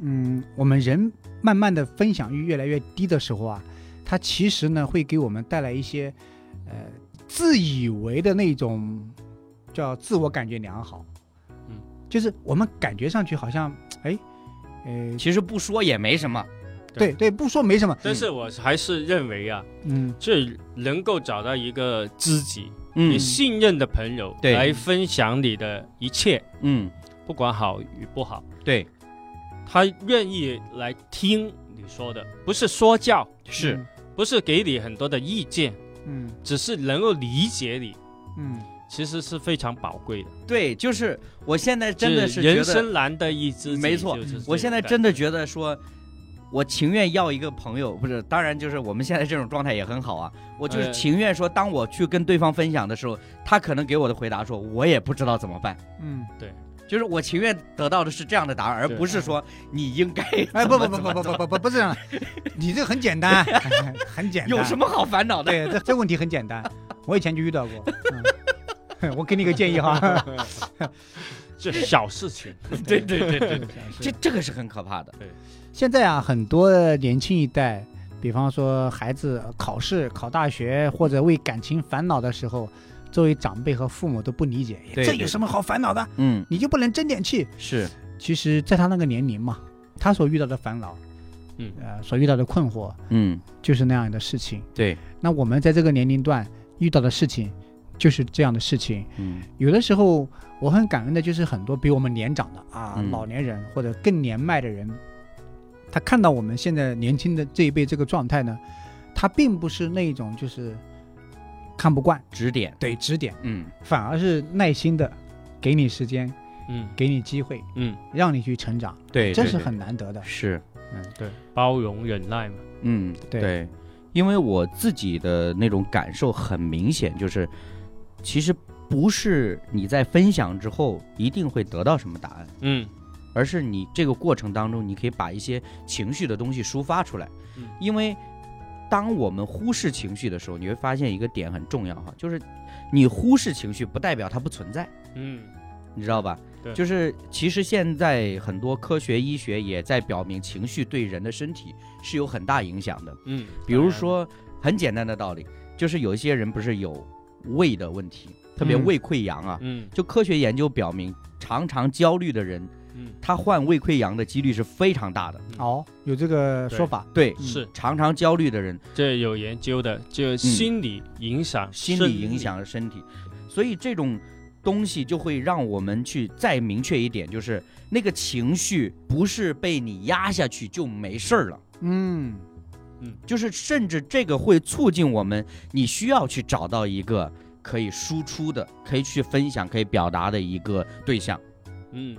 Speaker 2: 嗯，我们人慢慢的分享欲越来越低的时候啊，它其实呢会给我们带来一些，呃，自以为的那种叫自我感觉良好。
Speaker 3: 嗯，
Speaker 2: 就是我们感觉上去好像，哎，呃，
Speaker 1: 其实不说也没什么，
Speaker 2: 对
Speaker 3: 对
Speaker 2: 对，不说没什么，
Speaker 3: 但是我还是认为啊，
Speaker 2: 嗯，
Speaker 3: 这能够找到一个知己，
Speaker 1: 嗯
Speaker 3: 你信任的朋友
Speaker 1: 对
Speaker 3: 来分享你的一切，
Speaker 1: 嗯，
Speaker 3: 不管好与不好，
Speaker 1: 对，
Speaker 3: 他愿意来听你说的，不是说教，
Speaker 1: 是，
Speaker 3: 不是给你很多的意见，
Speaker 2: 嗯，
Speaker 3: 只是能够理解你，
Speaker 2: 嗯
Speaker 3: 其实是非常宝贵的。
Speaker 1: 对，就是我现在真的是觉得，
Speaker 3: 人生难得一知己，
Speaker 1: 没错
Speaker 3: 就是这种
Speaker 1: 我现在真的
Speaker 3: 感觉
Speaker 1: 觉得说，我情愿要一个朋友，不是，当然就是我们现在这种状态也很好啊。我就是
Speaker 3: 呃
Speaker 1: 情愿说，当我去跟对方分享的时候，他可能给我的回答说，我也不知道怎么办。
Speaker 2: 嗯嗯，
Speaker 1: 就是我情愿得到的是这样的答案，而
Speaker 3: 对
Speaker 1: 不是说你应该
Speaker 2: 哎，
Speaker 1: 怎么
Speaker 2: 不不
Speaker 1: 怎么
Speaker 2: 不不不
Speaker 1: 怎么哎
Speaker 2: 不不不是这样，你这很 简单，很简单，
Speaker 1: 有什么好烦恼的？
Speaker 2: 对，这这问题很简单，我以前就遇到过。嗯 我给你个建议哈，
Speaker 3: 这小事情，
Speaker 1: 对对对对，这
Speaker 2: 这
Speaker 1: 这个是很可怕的。
Speaker 2: 现在啊，很多年轻一代，比方说孩子考试、考大学或者为感情烦恼的时候，作为长辈和父母都不理解，
Speaker 1: 对
Speaker 2: 这
Speaker 1: 对
Speaker 2: 有什么好烦恼的？
Speaker 1: 嗯，
Speaker 2: 你就不能争点气？
Speaker 1: 是，
Speaker 2: 其实，在他那个年龄嘛，他所遇到的烦恼，
Speaker 3: 嗯
Speaker 2: 呃，所遇到的困惑
Speaker 1: 嗯，
Speaker 2: 就是那样的事情。
Speaker 1: 对，
Speaker 2: 那我们在这个年龄段遇到的事情，就是这样的事情。
Speaker 1: 嗯
Speaker 2: 有的时候我很感恩的就是很多比我们年长的啊、
Speaker 1: 嗯
Speaker 2: 老年人或者更年迈的人，他看到我们现在年轻的这一辈这个状态呢，他并不是那种就是看不惯，
Speaker 1: 指点，
Speaker 2: 对指点，
Speaker 1: 嗯
Speaker 2: 反而是耐心的给你时间，
Speaker 3: 嗯
Speaker 2: 给你机会，
Speaker 3: 嗯，
Speaker 2: 让你去成长，
Speaker 1: 对，
Speaker 2: 这
Speaker 1: 对
Speaker 2: 是
Speaker 1: 对嗯
Speaker 2: 很难得的。
Speaker 1: 是，
Speaker 3: 对，包容忍耐嘛，
Speaker 1: 嗯
Speaker 2: 对
Speaker 1: 因为我自己的那种感受很明显，就是其实不是你在分享之后一定会得到什么答案，
Speaker 3: 嗯，
Speaker 1: 而是你这个过程当中，你可以把一些情绪的东西抒发出来，
Speaker 3: 嗯
Speaker 1: 因为。当我们忽视情绪的时候，你会发现一个点很重要哈，就是你忽视情绪不代表它不存在。
Speaker 3: 嗯，
Speaker 1: 你知道吧？
Speaker 3: 对
Speaker 1: 就是其实现在很多科学医学也在表明，情绪对人的身体是有很大影响的。
Speaker 3: 嗯，
Speaker 1: 比如说很简单的道理，就是有一些人不是有胃的问题，特别
Speaker 2: 嗯
Speaker 1: 胃溃疡啊，
Speaker 3: 当然，嗯
Speaker 1: 就科学研究表明，常常焦虑的人，
Speaker 3: 嗯，
Speaker 1: 他患胃溃疡的几率是非常大的。
Speaker 2: 哦，有这个说法，
Speaker 1: 对，
Speaker 2: 嗯
Speaker 3: 是
Speaker 1: 常常焦虑的人，
Speaker 3: 这有研究的，就心理影响，
Speaker 1: 嗯心
Speaker 3: 生
Speaker 1: 理影响身体，所以这种东西就会让我们去再明确一点，就是那个情绪不是被你压下去就没事儿了，
Speaker 2: 嗯，
Speaker 1: 就是甚至这个会促进我们，你需要去找到一个可以输出的、可以去分享、可以表达的一个对象。
Speaker 3: 嗯，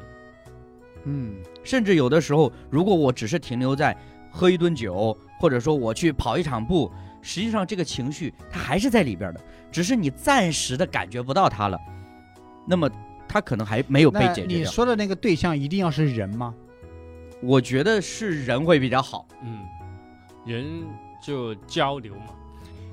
Speaker 2: 嗯，
Speaker 1: 甚至有的时候，如果我只是停留在喝一顿酒，或者说我去跑一场步，实际上这个情绪它还是在里边的，只是你暂时的感觉不到它了，那么它可能还没有被
Speaker 2: 那
Speaker 1: 解决
Speaker 2: 你
Speaker 1: 掉。
Speaker 2: 说的那个对象一定要是人吗？
Speaker 1: 我觉得是人会比较好，
Speaker 3: 嗯，人就交流嘛，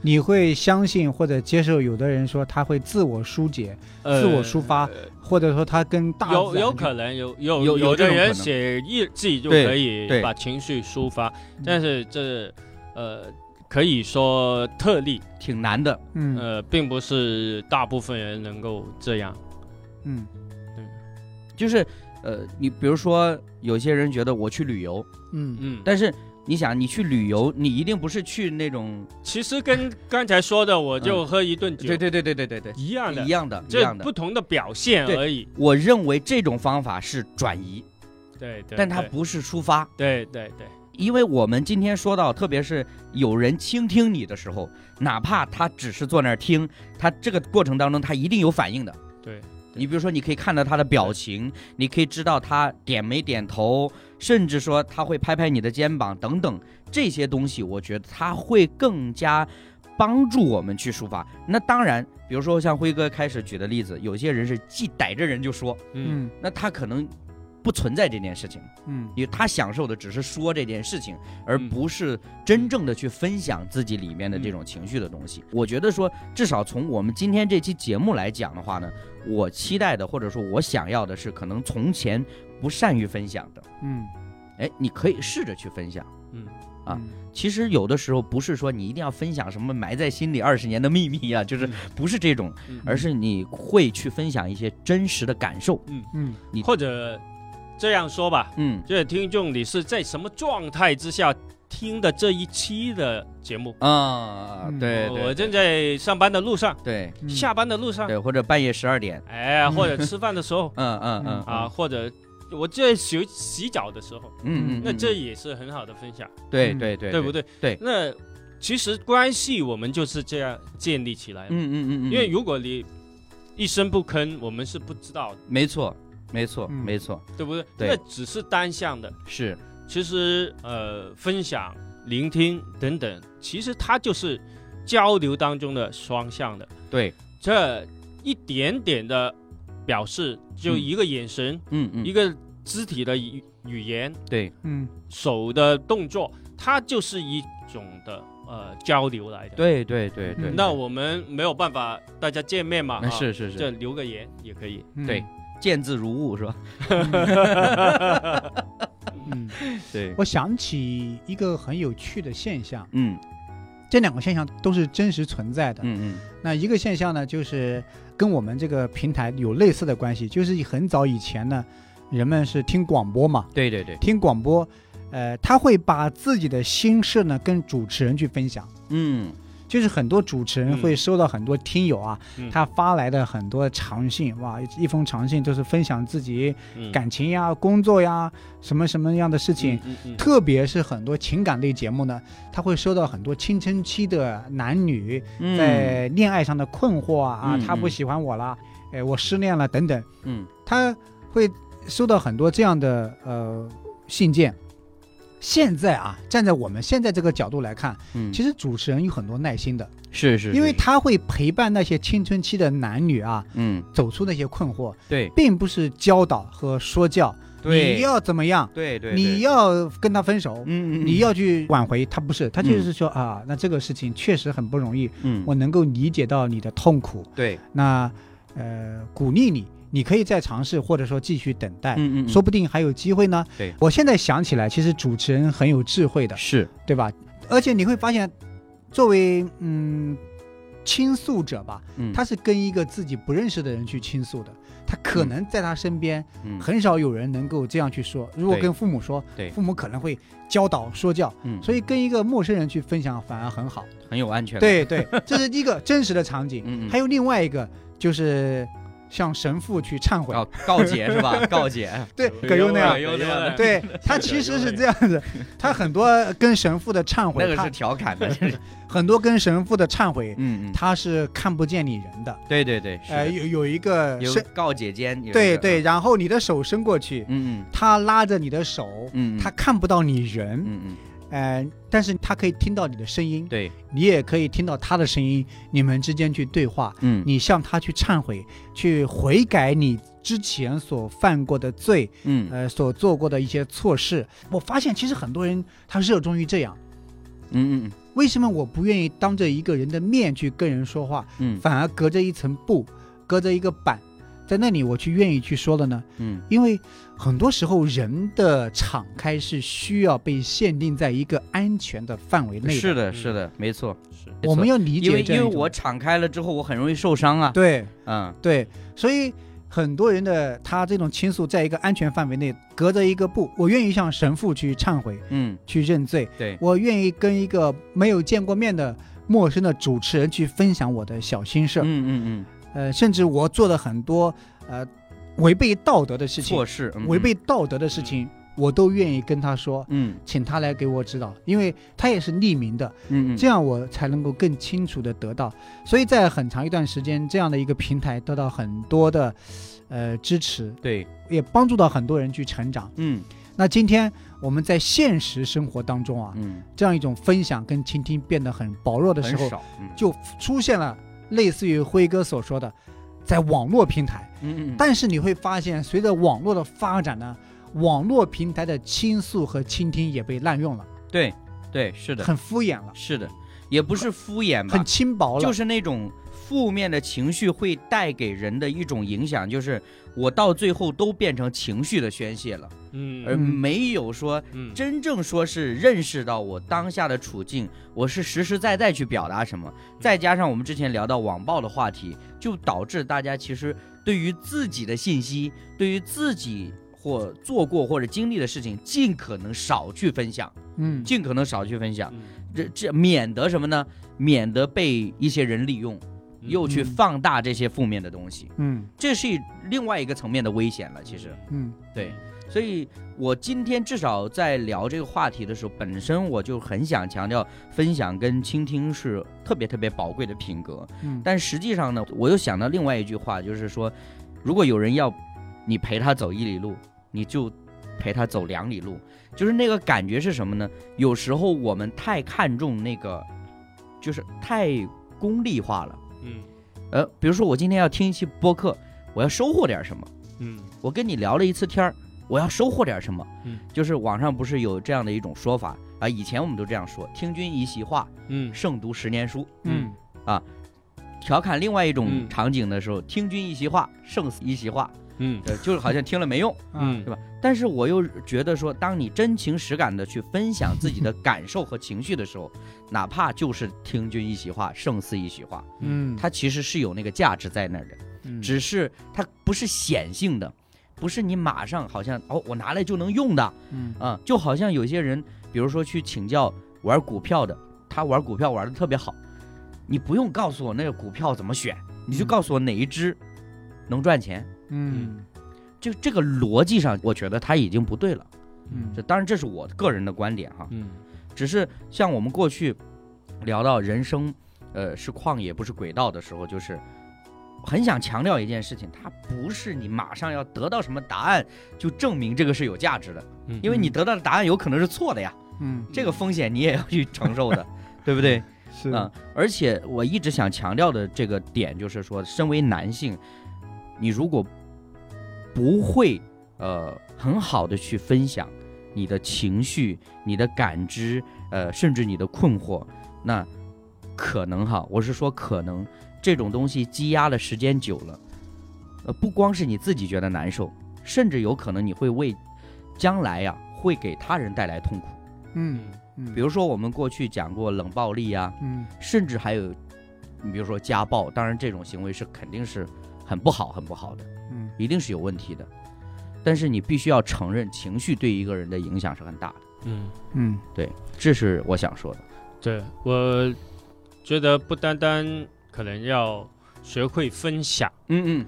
Speaker 2: 你会相信或者接受有的人说他会自我疏解，
Speaker 3: 呃
Speaker 2: 自我抒发，或者说他跟大
Speaker 3: 有
Speaker 2: 自然
Speaker 3: 有
Speaker 2: 去
Speaker 3: 可能有
Speaker 1: 有
Speaker 3: 有
Speaker 1: 有这种
Speaker 3: 的
Speaker 1: 可
Speaker 3: 人
Speaker 1: 能
Speaker 3: 写日记就
Speaker 1: 对
Speaker 3: 可以
Speaker 1: 对
Speaker 3: 把情绪抒发
Speaker 2: 嗯，
Speaker 3: 但是这呃可以说特例，
Speaker 1: 挺难的。
Speaker 2: 嗯
Speaker 3: 呃，并不是大部分人能够这样。
Speaker 2: 嗯
Speaker 1: 就是，呃，你比如说，有些人觉得我去旅游，
Speaker 2: 嗯
Speaker 3: 嗯，
Speaker 1: 但是你想，你去旅游，你一定不是去那种，
Speaker 3: 其实跟刚才说的，我就喝一顿酒
Speaker 1: 对对对对对对对，
Speaker 3: 一样的
Speaker 1: 一，样的，一
Speaker 3: 这
Speaker 1: 样的
Speaker 3: 不。同的表现
Speaker 1: 对
Speaker 3: 而已。
Speaker 1: 我认为这种方法是转移，
Speaker 3: 对对，
Speaker 1: 但它
Speaker 3: 对
Speaker 1: 不是抒发。
Speaker 3: 对对对，
Speaker 1: 因为我们今天说到，特别是有人倾听你的时候，哪怕他只是坐那儿听，他这个过程当中他一定有反应的。
Speaker 3: 对，
Speaker 1: 你比如说，你可以看到他的表情，你可以知道他点没点头，甚至说他会拍拍你的肩膀等等这些东西，我觉得他会更加帮助我们去抒发。那当然，比如说像辉哥开始举的例子，有些人是既逮着人就说，
Speaker 3: 嗯
Speaker 2: 嗯
Speaker 1: 那他可能不存在这件事情。
Speaker 2: 嗯
Speaker 1: 因为他享受的只是说这件事情，而
Speaker 3: 嗯
Speaker 1: 不是真正的去分享自己里面的这种情绪的东西。我觉得说，至少从我们今天这期节目来讲的话呢，我期待的或者说我想要的是，可能从前不善于分享的，
Speaker 2: 嗯
Speaker 1: 哎，你可以试着去分享。
Speaker 3: 嗯，
Speaker 1: 啊，其实有的时候不是说你一定要分享什么埋在心里二十年的秘密啊，就是
Speaker 3: 嗯
Speaker 1: 不是这种，
Speaker 3: 嗯
Speaker 1: 而是你会去分享一些真实的感受。
Speaker 2: 嗯
Speaker 1: 你
Speaker 3: 或者这样说吧，
Speaker 1: 嗯，
Speaker 3: 这位听众，你是在什么状态之下听的这一期的节目。
Speaker 1: 啊，
Speaker 2: 嗯
Speaker 1: 对，对
Speaker 3: 我正在上班的路上，
Speaker 1: 对
Speaker 2: 嗯
Speaker 3: 下班的路上，
Speaker 1: 对，或者半夜十二点，
Speaker 3: 哎，或者吃饭的时候
Speaker 1: 嗯嗯嗯
Speaker 3: 啊，，或者我在洗洗脚的时候，
Speaker 1: 嗯嗯，
Speaker 3: 那
Speaker 1: 嗯
Speaker 3: 这
Speaker 1: 嗯
Speaker 3: 也是很好的分享，
Speaker 1: 对
Speaker 2: 嗯
Speaker 1: 对对，
Speaker 3: 对不？对？
Speaker 1: 对
Speaker 3: 那其实关系我们就是这样建立起来的，
Speaker 1: 嗯嗯嗯嗯，
Speaker 3: 因为如果你一声不吭，我们是不知道的，
Speaker 1: 没错没错
Speaker 2: 嗯
Speaker 1: 没错，
Speaker 3: 对不对？
Speaker 1: 对
Speaker 3: 那只是单向的。
Speaker 1: 是
Speaker 3: 其实呃，分享、聆听等等，其实它就是交流当中的双向的，
Speaker 1: 对，
Speaker 3: 这一点点的表示，就
Speaker 1: 嗯
Speaker 3: 一个眼神，
Speaker 1: 嗯嗯，
Speaker 3: 一个肢体的语语言，
Speaker 1: 对
Speaker 2: 嗯
Speaker 3: 手的动作，它就是一种的呃交流来的。，
Speaker 1: 对对对对，
Speaker 3: 那我们没有办法大家见面嘛，
Speaker 1: 嗯
Speaker 3: 啊
Speaker 1: 是是是
Speaker 3: 这留个言也可以。
Speaker 2: 嗯
Speaker 1: 对见字如晤是吧？
Speaker 2: 嗯，
Speaker 1: 对，
Speaker 2: 我想起一个很有趣的现象，
Speaker 1: 嗯
Speaker 2: 这两个现象都是真实存在的。
Speaker 1: 嗯嗯，
Speaker 2: 那一个现象呢，就是跟我们这个平台有类似的关系，就是很早以前呢，人们是听广播嘛，
Speaker 1: 对对对，
Speaker 2: 听广播，呃，他会把自己的心事呢跟主持人去分享。
Speaker 1: 嗯
Speaker 2: 就是很多主持人
Speaker 3: 嗯
Speaker 2: 会收到很多听友啊，
Speaker 3: 嗯
Speaker 2: 他发来的很多长信，哇，一一封长信就是分享自己
Speaker 3: 嗯
Speaker 2: 感情呀、工作呀、什么什么样的事情。
Speaker 3: 嗯嗯
Speaker 2: 特别是很多情感类节目呢，他会收到很多青春期的男女
Speaker 1: 嗯，
Speaker 2: 在恋爱上的困惑啊，啊
Speaker 1: 嗯
Speaker 2: 他不
Speaker 1: 嗯
Speaker 2: 喜欢我了，哎，我失恋了等等，
Speaker 1: 嗯
Speaker 2: 他会收到很多这样的呃信件。现在啊，站在我们现在这个角度来看，
Speaker 1: 嗯，
Speaker 2: 其实主持人有很多耐心的，
Speaker 1: 是是，
Speaker 2: 因为
Speaker 1: 是
Speaker 2: 他会陪伴那些青春期的男女啊，
Speaker 1: 嗯
Speaker 2: 走出那些困惑，
Speaker 1: 对
Speaker 2: 并不是教导和说教，
Speaker 1: 对
Speaker 2: 你要怎么样，
Speaker 1: 对对，
Speaker 2: 你
Speaker 1: 对
Speaker 2: 要跟他分手，
Speaker 1: 嗯嗯嗯
Speaker 2: 你要去挽回，他不是，他就是说、啊，那这个事情确实很不容易，
Speaker 1: 嗯
Speaker 2: 我能够理解到你的痛苦，
Speaker 1: 对
Speaker 2: 那呃鼓励你，你可以再尝试，或者说继续等待。
Speaker 1: 嗯嗯
Speaker 2: 说不定还有机会呢。
Speaker 1: 对
Speaker 2: 我现在想起来，其实主持人很有智慧的，
Speaker 1: 是
Speaker 2: 对吧？而且你会发现，作为嗯倾诉者吧，
Speaker 1: 嗯
Speaker 2: 他是跟一个自己不认识的人去倾诉的，他可能在他身边
Speaker 1: 嗯
Speaker 2: 很少有人能够这样去说。如果
Speaker 1: 对
Speaker 2: 跟父母说
Speaker 1: 对，
Speaker 2: 父母可能会教导说教，
Speaker 1: 嗯
Speaker 2: 所以跟一个陌生人去分享反而很好。
Speaker 1: 很有安全感，
Speaker 2: 对对，这是一个真实的场景。
Speaker 1: 嗯嗯
Speaker 2: 还有另外一个就是向神父去忏悔，
Speaker 1: 告告解是吧？告解，
Speaker 2: 对，
Speaker 3: 葛
Speaker 2: 葛优那样
Speaker 3: 优葛。优那 样的
Speaker 2: 对他其实是这样子，他很多跟神父的忏悔，
Speaker 1: 那个
Speaker 2: 他
Speaker 1: 是调侃的，这是
Speaker 2: 很多跟神父的忏悔，
Speaker 1: 嗯嗯，
Speaker 2: 他是看不见你人的，
Speaker 1: 对对对，是
Speaker 2: 呃，
Speaker 1: 的
Speaker 2: 有有一个
Speaker 1: 有
Speaker 2: 伸，
Speaker 1: 告解间，有一
Speaker 2: 对
Speaker 1: 个
Speaker 2: 对，，然后你的手伸过去，
Speaker 1: 嗯嗯
Speaker 2: 他拉着你的手，
Speaker 1: 嗯，嗯
Speaker 2: 他看不到你人，
Speaker 1: 嗯嗯
Speaker 2: 呃，但是他可以听到你的声音，
Speaker 1: 对，
Speaker 2: 你也可以听到他的声音，你们之间去对话，
Speaker 1: 嗯
Speaker 2: 你向他去忏悔，去悔改你之前所犯过的罪，
Speaker 1: 嗯
Speaker 2: 呃，所做过的一些错事。我发现其实很多人他热衷于这样。
Speaker 1: 嗯嗯
Speaker 2: 为什么我不愿意当着一个人的面去跟人说话，
Speaker 1: 嗯
Speaker 2: 反而隔着一层布，隔着一个板，在那里我去愿意去说了呢？
Speaker 1: 嗯
Speaker 2: 因为很多时候人的敞开是需要被限定在一个安全的范围
Speaker 1: 嗯，
Speaker 2: 内的。
Speaker 1: 是的是的，没错，
Speaker 3: 是
Speaker 1: 没
Speaker 2: 我们
Speaker 1: 错
Speaker 2: 要理解
Speaker 1: 因为
Speaker 2: 这
Speaker 1: 因为
Speaker 2: 样一种
Speaker 1: 我敞开了之后，我很容易受伤啊，
Speaker 2: 对
Speaker 1: 嗯
Speaker 2: 对，所以很多人的他这种倾诉，在一个安全范围内，隔着一个布，我愿意向神父去忏悔、
Speaker 1: 嗯
Speaker 2: 去认罪，
Speaker 1: 对，
Speaker 2: 我愿意跟一个没有见过面的陌生的主持人去分享我的小心事儿，
Speaker 1: 嗯嗯
Speaker 2: 呃，甚至我做了很多呃违背道德的事
Speaker 1: 嗯，
Speaker 2: 情
Speaker 1: 错，事嗯
Speaker 2: 违背道德的事情，我都愿意跟他说。
Speaker 1: 嗯
Speaker 2: 请他来给我指导，因为他也是匿名的，
Speaker 1: 嗯嗯
Speaker 2: 这样我才能够更清楚的得到。所以在很长一段时间，这样的一个平台得到很多的，呃支持，
Speaker 1: 对
Speaker 2: 也帮助到很多人去成长。
Speaker 1: 嗯
Speaker 2: 那今天我们在现实生活当中啊，
Speaker 1: 嗯
Speaker 2: 这样一种分享跟倾听变得很薄弱的时
Speaker 1: 很
Speaker 2: 候，
Speaker 1: 少嗯
Speaker 2: 就出现了类似于辉哥所说的，在网络平台。
Speaker 1: 嗯嗯
Speaker 2: 但是你会发现，随着网络的发展呢，网络平台的倾诉和倾听也被滥用了，
Speaker 1: 对对是的
Speaker 2: 很敷衍了，
Speaker 1: 是的，也不是敷衍吧
Speaker 2: 很，轻薄了。
Speaker 1: 就是那种负面的情绪会带给人的一种影响，就是我到最后都变成情绪的宣泄了，而
Speaker 3: 嗯
Speaker 2: 嗯
Speaker 1: 没有说
Speaker 3: 嗯
Speaker 1: 真正说是认识到我当下的处境，我是实实在在去表达什么。再加上我们之前聊到网暴的话题，就导致大家其实对于自己的信息，对于自己。或做过或者经历的事情，尽可能少去分享，
Speaker 2: 嗯，
Speaker 1: 尽可能少去分享，
Speaker 3: 嗯
Speaker 1: 这这免得什么呢？免得被一些人利用，
Speaker 3: 嗯
Speaker 1: 又去
Speaker 2: 嗯
Speaker 1: 放大这些负面的东西，
Speaker 2: 嗯
Speaker 1: 这是一另外一个层面的危险了。其实，
Speaker 2: 嗯
Speaker 1: 对，所以我今天至少在聊这个话题的时候，本身我就很想强调，分享跟倾听是特别特别宝贵的品格。
Speaker 2: 嗯，
Speaker 1: 但实际上呢，我又想到另外一句话，就是说，如果有人要你陪他走一里路，你就陪他走两里路。就是那个感觉是什么呢？有时候我们太看重那个，就是太功利化了。
Speaker 3: 嗯
Speaker 1: 呃，比如说我今天要听一期播客，我要收获点什么。
Speaker 3: 嗯
Speaker 1: 我跟你聊了一次天儿，我要收获点什么？
Speaker 3: 嗯，
Speaker 1: 就是网上不是有这样的一种说法啊，以前我们都这样说：听君一席话，
Speaker 3: 嗯
Speaker 1: 胜读十年书。
Speaker 2: 嗯
Speaker 1: 调侃另外一种
Speaker 3: 嗯
Speaker 1: 场景的时候，听君一席话，胜似一席话，
Speaker 3: 嗯
Speaker 1: 对，就是好像听了没用。
Speaker 2: 嗯
Speaker 3: 嗯
Speaker 1: 但是我又觉得说，当你真情实感的去分享自己的感受和情绪的时候，哪怕就是听君一席话，胜似一席话，
Speaker 2: 嗯，
Speaker 1: 它其实是有那个价值在那儿的。
Speaker 2: 嗯
Speaker 1: 只是它不是显性的，不是你马上好像哦，我拿来就能用的
Speaker 2: 嗯
Speaker 1: 啊，就好像有些人，比如说去请教玩股票的，他玩股票玩的特别好，你不用告诉我那个股票怎么选，你就
Speaker 2: 嗯
Speaker 1: 告诉我哪一只能赚钱，
Speaker 2: 嗯
Speaker 1: 就这个逻辑上，我觉得他已经不对了。
Speaker 2: 嗯
Speaker 1: 这当然这是我个人的观点哈，
Speaker 3: 嗯
Speaker 1: 只是像我们过去聊到人生，呃，是旷野不是轨道的时候，就是很想强调一件事情，它不是你马上要得到什么答案就证明这个是有价值的，
Speaker 3: 嗯
Speaker 1: 因为你得到的答案有可能是错的呀，
Speaker 2: 嗯
Speaker 1: 这个风险你也要去承受 的，对不对？
Speaker 2: 是
Speaker 1: 嗯，而且我一直想强调的这个点就是说，身为男性，你如果不会呃很好的去分享你的情绪、你的感知，呃，甚至你的困惑，那可能哈，我是说可能这种东西积压了时间久了，呃，不光是你自己觉得难受，甚至有可能你会为将来呀、会给他人带来痛苦。
Speaker 2: 嗯嗯，
Speaker 1: 比如说我们过去讲过冷暴力呀、
Speaker 2: 嗯
Speaker 1: 甚至还有，你比如说家暴，当然这种行为是肯定是很不好、很不好的，
Speaker 2: 嗯
Speaker 1: 一定是有问题的。但是你必须要承认，情绪对一个人的影响是很大的，
Speaker 3: 嗯。
Speaker 2: 嗯
Speaker 1: 这是我想说的。
Speaker 3: 对，我觉得不单单可能要学会分享，
Speaker 1: 嗯嗯，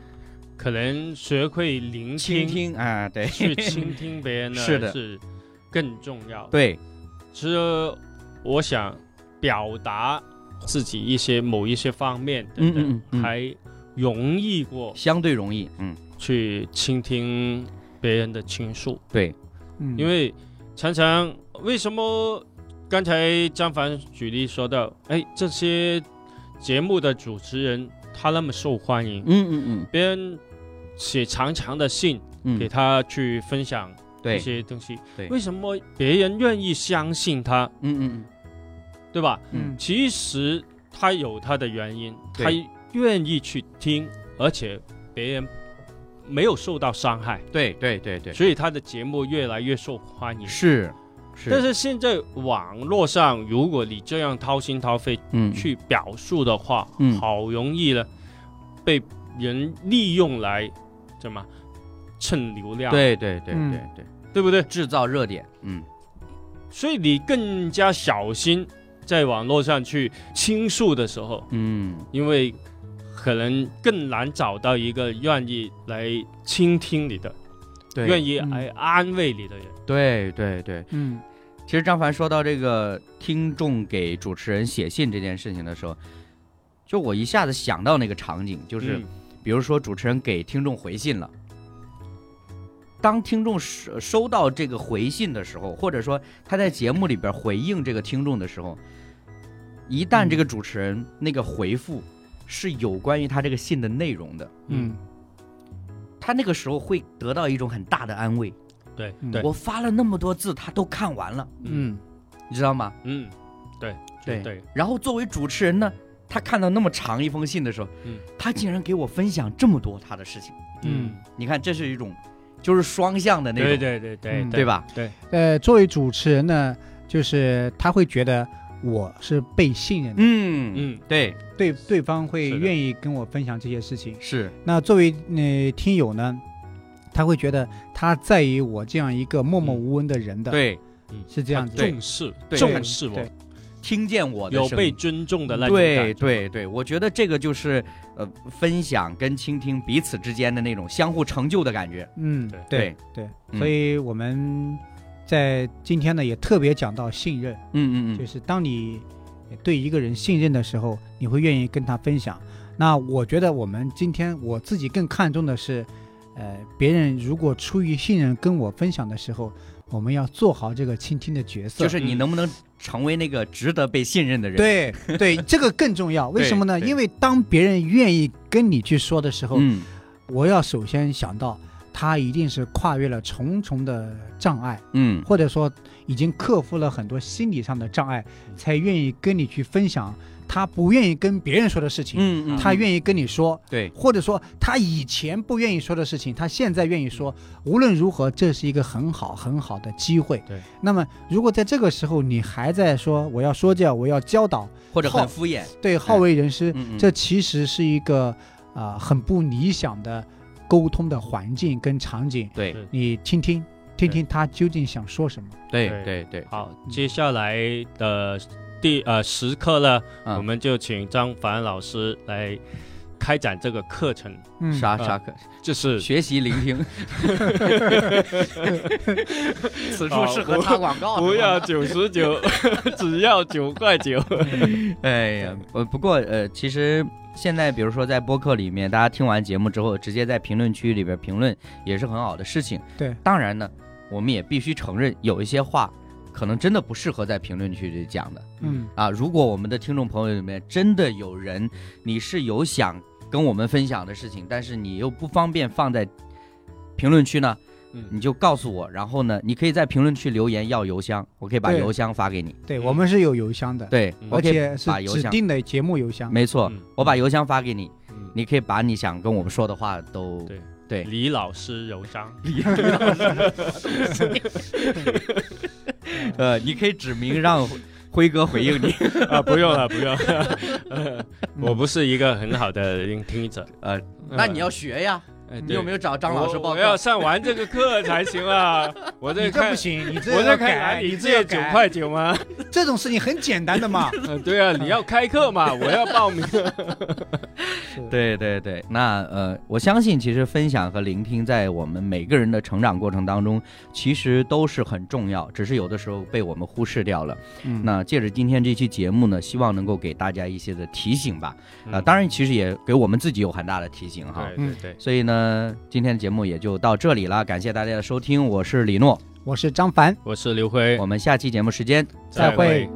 Speaker 3: 可能学会聆
Speaker 1: 倾
Speaker 3: 听，
Speaker 1: 听啊，对
Speaker 3: 去倾听别人呢
Speaker 1: 是的
Speaker 3: 是更重要的。
Speaker 1: 对，
Speaker 3: 其实我想表达自己一些某一些方面等
Speaker 1: 嗯
Speaker 3: 等，
Speaker 1: 嗯嗯
Speaker 3: 还容易过
Speaker 1: 相对容易，嗯，
Speaker 3: 去倾听别人的倾诉，
Speaker 1: 对，
Speaker 2: 嗯，
Speaker 3: 因为常常为什么刚才张凡举例说到，哎，这些节目的主持人他那么受欢迎，
Speaker 1: 嗯嗯
Speaker 3: 别人写长长的信
Speaker 1: 嗯嗯，
Speaker 3: 给他去分享一
Speaker 1: 对，
Speaker 3: 些东西，
Speaker 1: 嗯对
Speaker 3: 为什么别人愿意相信他，
Speaker 1: 嗯嗯
Speaker 3: 对吧？
Speaker 2: 嗯
Speaker 1: 嗯
Speaker 3: 其实他有他的原因，
Speaker 1: 对
Speaker 3: 他愿意去听，而且别人没有受到伤害，
Speaker 1: 嗯，对对对对，
Speaker 3: 所以他的节目越来越受欢迎。
Speaker 1: 是是，
Speaker 3: 但是现在网络上，如果你这样掏心掏肺
Speaker 1: 嗯
Speaker 3: 去表述的话，
Speaker 1: 嗯
Speaker 3: 好容易呢被人利用来怎么蹭流量，
Speaker 1: 对对对
Speaker 2: 嗯
Speaker 1: 对对，
Speaker 3: 对不对？
Speaker 1: 制造热点，嗯
Speaker 3: 所以你更加小心在网络上去倾诉的时候，
Speaker 1: 嗯
Speaker 3: 因为可能更难找到一个愿意来倾听你的、
Speaker 1: 对，嗯
Speaker 3: 愿
Speaker 1: 意，
Speaker 3: 意来安慰你的人。
Speaker 1: 对对对，
Speaker 2: 嗯
Speaker 1: 其实张凡说到这个听众给主持人写信这件事情的时候，就我一下子想到那个场景，就
Speaker 3: 就是
Speaker 1: 比如说主持人给听众回信了，当听众收收到这个回信的时候，或者说他在节目里边回应这个听众的时候，一旦这个主持人那个回复是有关于他这个信的内容的，
Speaker 2: 嗯
Speaker 1: 他那个时候会得到一种很大的安慰。
Speaker 3: 对
Speaker 2: 嗯
Speaker 3: 对，
Speaker 1: 我发了那么多字，他都看完了，
Speaker 3: 嗯
Speaker 2: 嗯
Speaker 1: 你知道吗？
Speaker 3: 嗯，对
Speaker 1: 对
Speaker 3: 对，
Speaker 1: 然后作为主持人呢，他看到那么长一封信的时候，
Speaker 3: 嗯
Speaker 1: 他竟然给我分享这么多他的事情，
Speaker 2: 嗯
Speaker 3: 嗯，
Speaker 1: 你看这是一种，就是双向的那种，
Speaker 3: 对对对对
Speaker 2: 嗯
Speaker 1: 对？吧？
Speaker 3: 对，
Speaker 2: 呃，作为主持人呢，就是他会觉得我是被信任的，
Speaker 1: 嗯
Speaker 3: 嗯
Speaker 1: 对，
Speaker 2: 对对方会
Speaker 3: 是的
Speaker 2: 愿意跟我分享这些事情。
Speaker 1: 是，
Speaker 2: 那作为呃听友呢，他会觉得他在意我这样一个默默无闻的人的，，
Speaker 1: 对，
Speaker 2: 是这样
Speaker 3: 他
Speaker 2: 子。
Speaker 1: 对
Speaker 3: 重视
Speaker 1: 对
Speaker 3: 重视我
Speaker 2: 对，
Speaker 1: 听见我的
Speaker 3: 有
Speaker 1: 声
Speaker 3: 被
Speaker 1: 音
Speaker 3: 尊重的那种
Speaker 1: 对
Speaker 3: 感觉。
Speaker 1: 对对，我觉得这个就是呃，分享跟倾听彼此之间的那种相互成就的感觉。
Speaker 2: 嗯，
Speaker 3: 对
Speaker 2: 对对，
Speaker 1: 嗯
Speaker 2: 所以我们在今天呢也特别讲到信任，
Speaker 1: 嗯嗯
Speaker 2: 就
Speaker 1: 嗯，
Speaker 2: 是当你对一个人信任的时候，你会愿意跟他分享。那我觉得我们今天我自己更看重的是，呃，别人如果出于信任跟我分享的时候，我们要做好这个倾听的角色。
Speaker 1: 就是你能不能成为那个值得被信任的人？，
Speaker 2: 对对，这个更重要。为什么呢？
Speaker 1: 对对
Speaker 2: 因为当别人愿意跟你去说的时候，
Speaker 1: 嗯
Speaker 2: 我要首先想到他一定是跨越了重重的障碍，
Speaker 1: 嗯，
Speaker 2: 或者说已经克服了很多心理上的障碍，才愿意跟你去分享他不愿意跟别人说的事情，
Speaker 1: 嗯嗯，
Speaker 2: 他
Speaker 1: 意
Speaker 2: 愿意跟你说。
Speaker 1: 对，
Speaker 2: 或者说他以前不愿意说的事情，他现在愿意说。无论如何，这是一个很好很好的机会。
Speaker 3: 对。
Speaker 2: 那么，如果在这个时候你还在说我要说教，我要教导，
Speaker 1: 或者
Speaker 2: 好
Speaker 1: 很敷衍。
Speaker 2: 对好为人师，
Speaker 1: 嗯嗯，
Speaker 2: 这其实是一个啊、呃很不理想的沟通的环境跟场景。
Speaker 1: 对
Speaker 3: 对
Speaker 2: 你听听听听他究竟想说什么。
Speaker 1: 对对对，
Speaker 3: 好，
Speaker 2: 嗯
Speaker 3: 接下来的第呃时刻呢，
Speaker 1: 嗯
Speaker 3: 我们就请张凡老师来开展这个课程，
Speaker 2: 嗯
Speaker 1: 啥
Speaker 3: 嗯
Speaker 1: 啥课？
Speaker 3: 就是
Speaker 1: 学习聆听。 此处
Speaker 3: 好
Speaker 1: 适合
Speaker 3: 不
Speaker 1: 插广告。
Speaker 3: 不
Speaker 1: 是吧
Speaker 3: 要九十九， 只要九块九。
Speaker 1: 哎呀，呃，不过呃，其实现在比如说在播客里面，大家听完节目之后，直接在评论区里边评论也是很好的事情。
Speaker 2: 对，
Speaker 1: 当然呢，我们也必须承认，有一些话可能真的不适合在评论区里讲的
Speaker 2: 嗯，
Speaker 1: 啊。如果我们的听众朋友里面真的有人，你是有想跟我们分享的事情，但是你又不方便放在评论区呢，你
Speaker 3: 嗯，
Speaker 1: 就告诉我，然后呢，你可以在评论区留言要邮箱，我可以把
Speaker 2: 对
Speaker 1: 邮箱发给你。
Speaker 2: 对
Speaker 3: 嗯
Speaker 2: 我们是有邮箱的，，
Speaker 1: 对，
Speaker 3: 嗯
Speaker 1: 我
Speaker 2: 而
Speaker 1: 可以
Speaker 2: 且是
Speaker 1: 把邮
Speaker 2: 指
Speaker 1: 箱。
Speaker 2: 定的节目邮箱。
Speaker 1: 没错
Speaker 3: 嗯，
Speaker 1: 我把邮箱发给你，
Speaker 3: 嗯
Speaker 1: 你可以把你想跟我们说的话都
Speaker 3: 对
Speaker 1: 对
Speaker 3: 李老师邮箱，
Speaker 1: 呃，你可以指明让辉哥回应你。
Speaker 3: 啊，不用了，不用了，
Speaker 2: 嗯
Speaker 3: 我不是一个很好的聆听者。
Speaker 1: 呃，
Speaker 3: 呃
Speaker 1: 那你要学 呀，
Speaker 3: 哎
Speaker 1: 你
Speaker 3: 对
Speaker 1: 有没有找张老师
Speaker 3: 我
Speaker 1: 报
Speaker 3: 我要
Speaker 1: 告？
Speaker 3: 上完这个课才行啊！我
Speaker 2: 你
Speaker 3: 这
Speaker 2: 这
Speaker 3: 看
Speaker 2: 不，行，你这
Speaker 3: 我
Speaker 2: 要
Speaker 3: 这看
Speaker 2: 改，
Speaker 3: 哪
Speaker 2: 你
Speaker 3: 里
Speaker 2: 这要
Speaker 3: 借九
Speaker 2: 改，
Speaker 3: 块九 吗？
Speaker 2: 这种事情很简单的嘛。
Speaker 3: 呃对啊，你要开课嘛，我要报名。
Speaker 1: 对对对，那呃，我相信其实分享和聆听在我们每个人的成长过程当中，其实都是很重要，只是有的时候被我们忽视掉了。
Speaker 2: 嗯
Speaker 1: 那借着今天这期节目呢，希望能够给大家一些的提醒吧。 啊、当然其实也给我们自己有很大的提醒哈。
Speaker 3: 嗯对对对，
Speaker 1: 所以呢，今天的节目也就到这里了，感谢大家的收听，我是李诺，
Speaker 2: 我是张凡。
Speaker 3: 我是刘辉，
Speaker 1: 我们下期节目时间
Speaker 2: 再会
Speaker 3: 会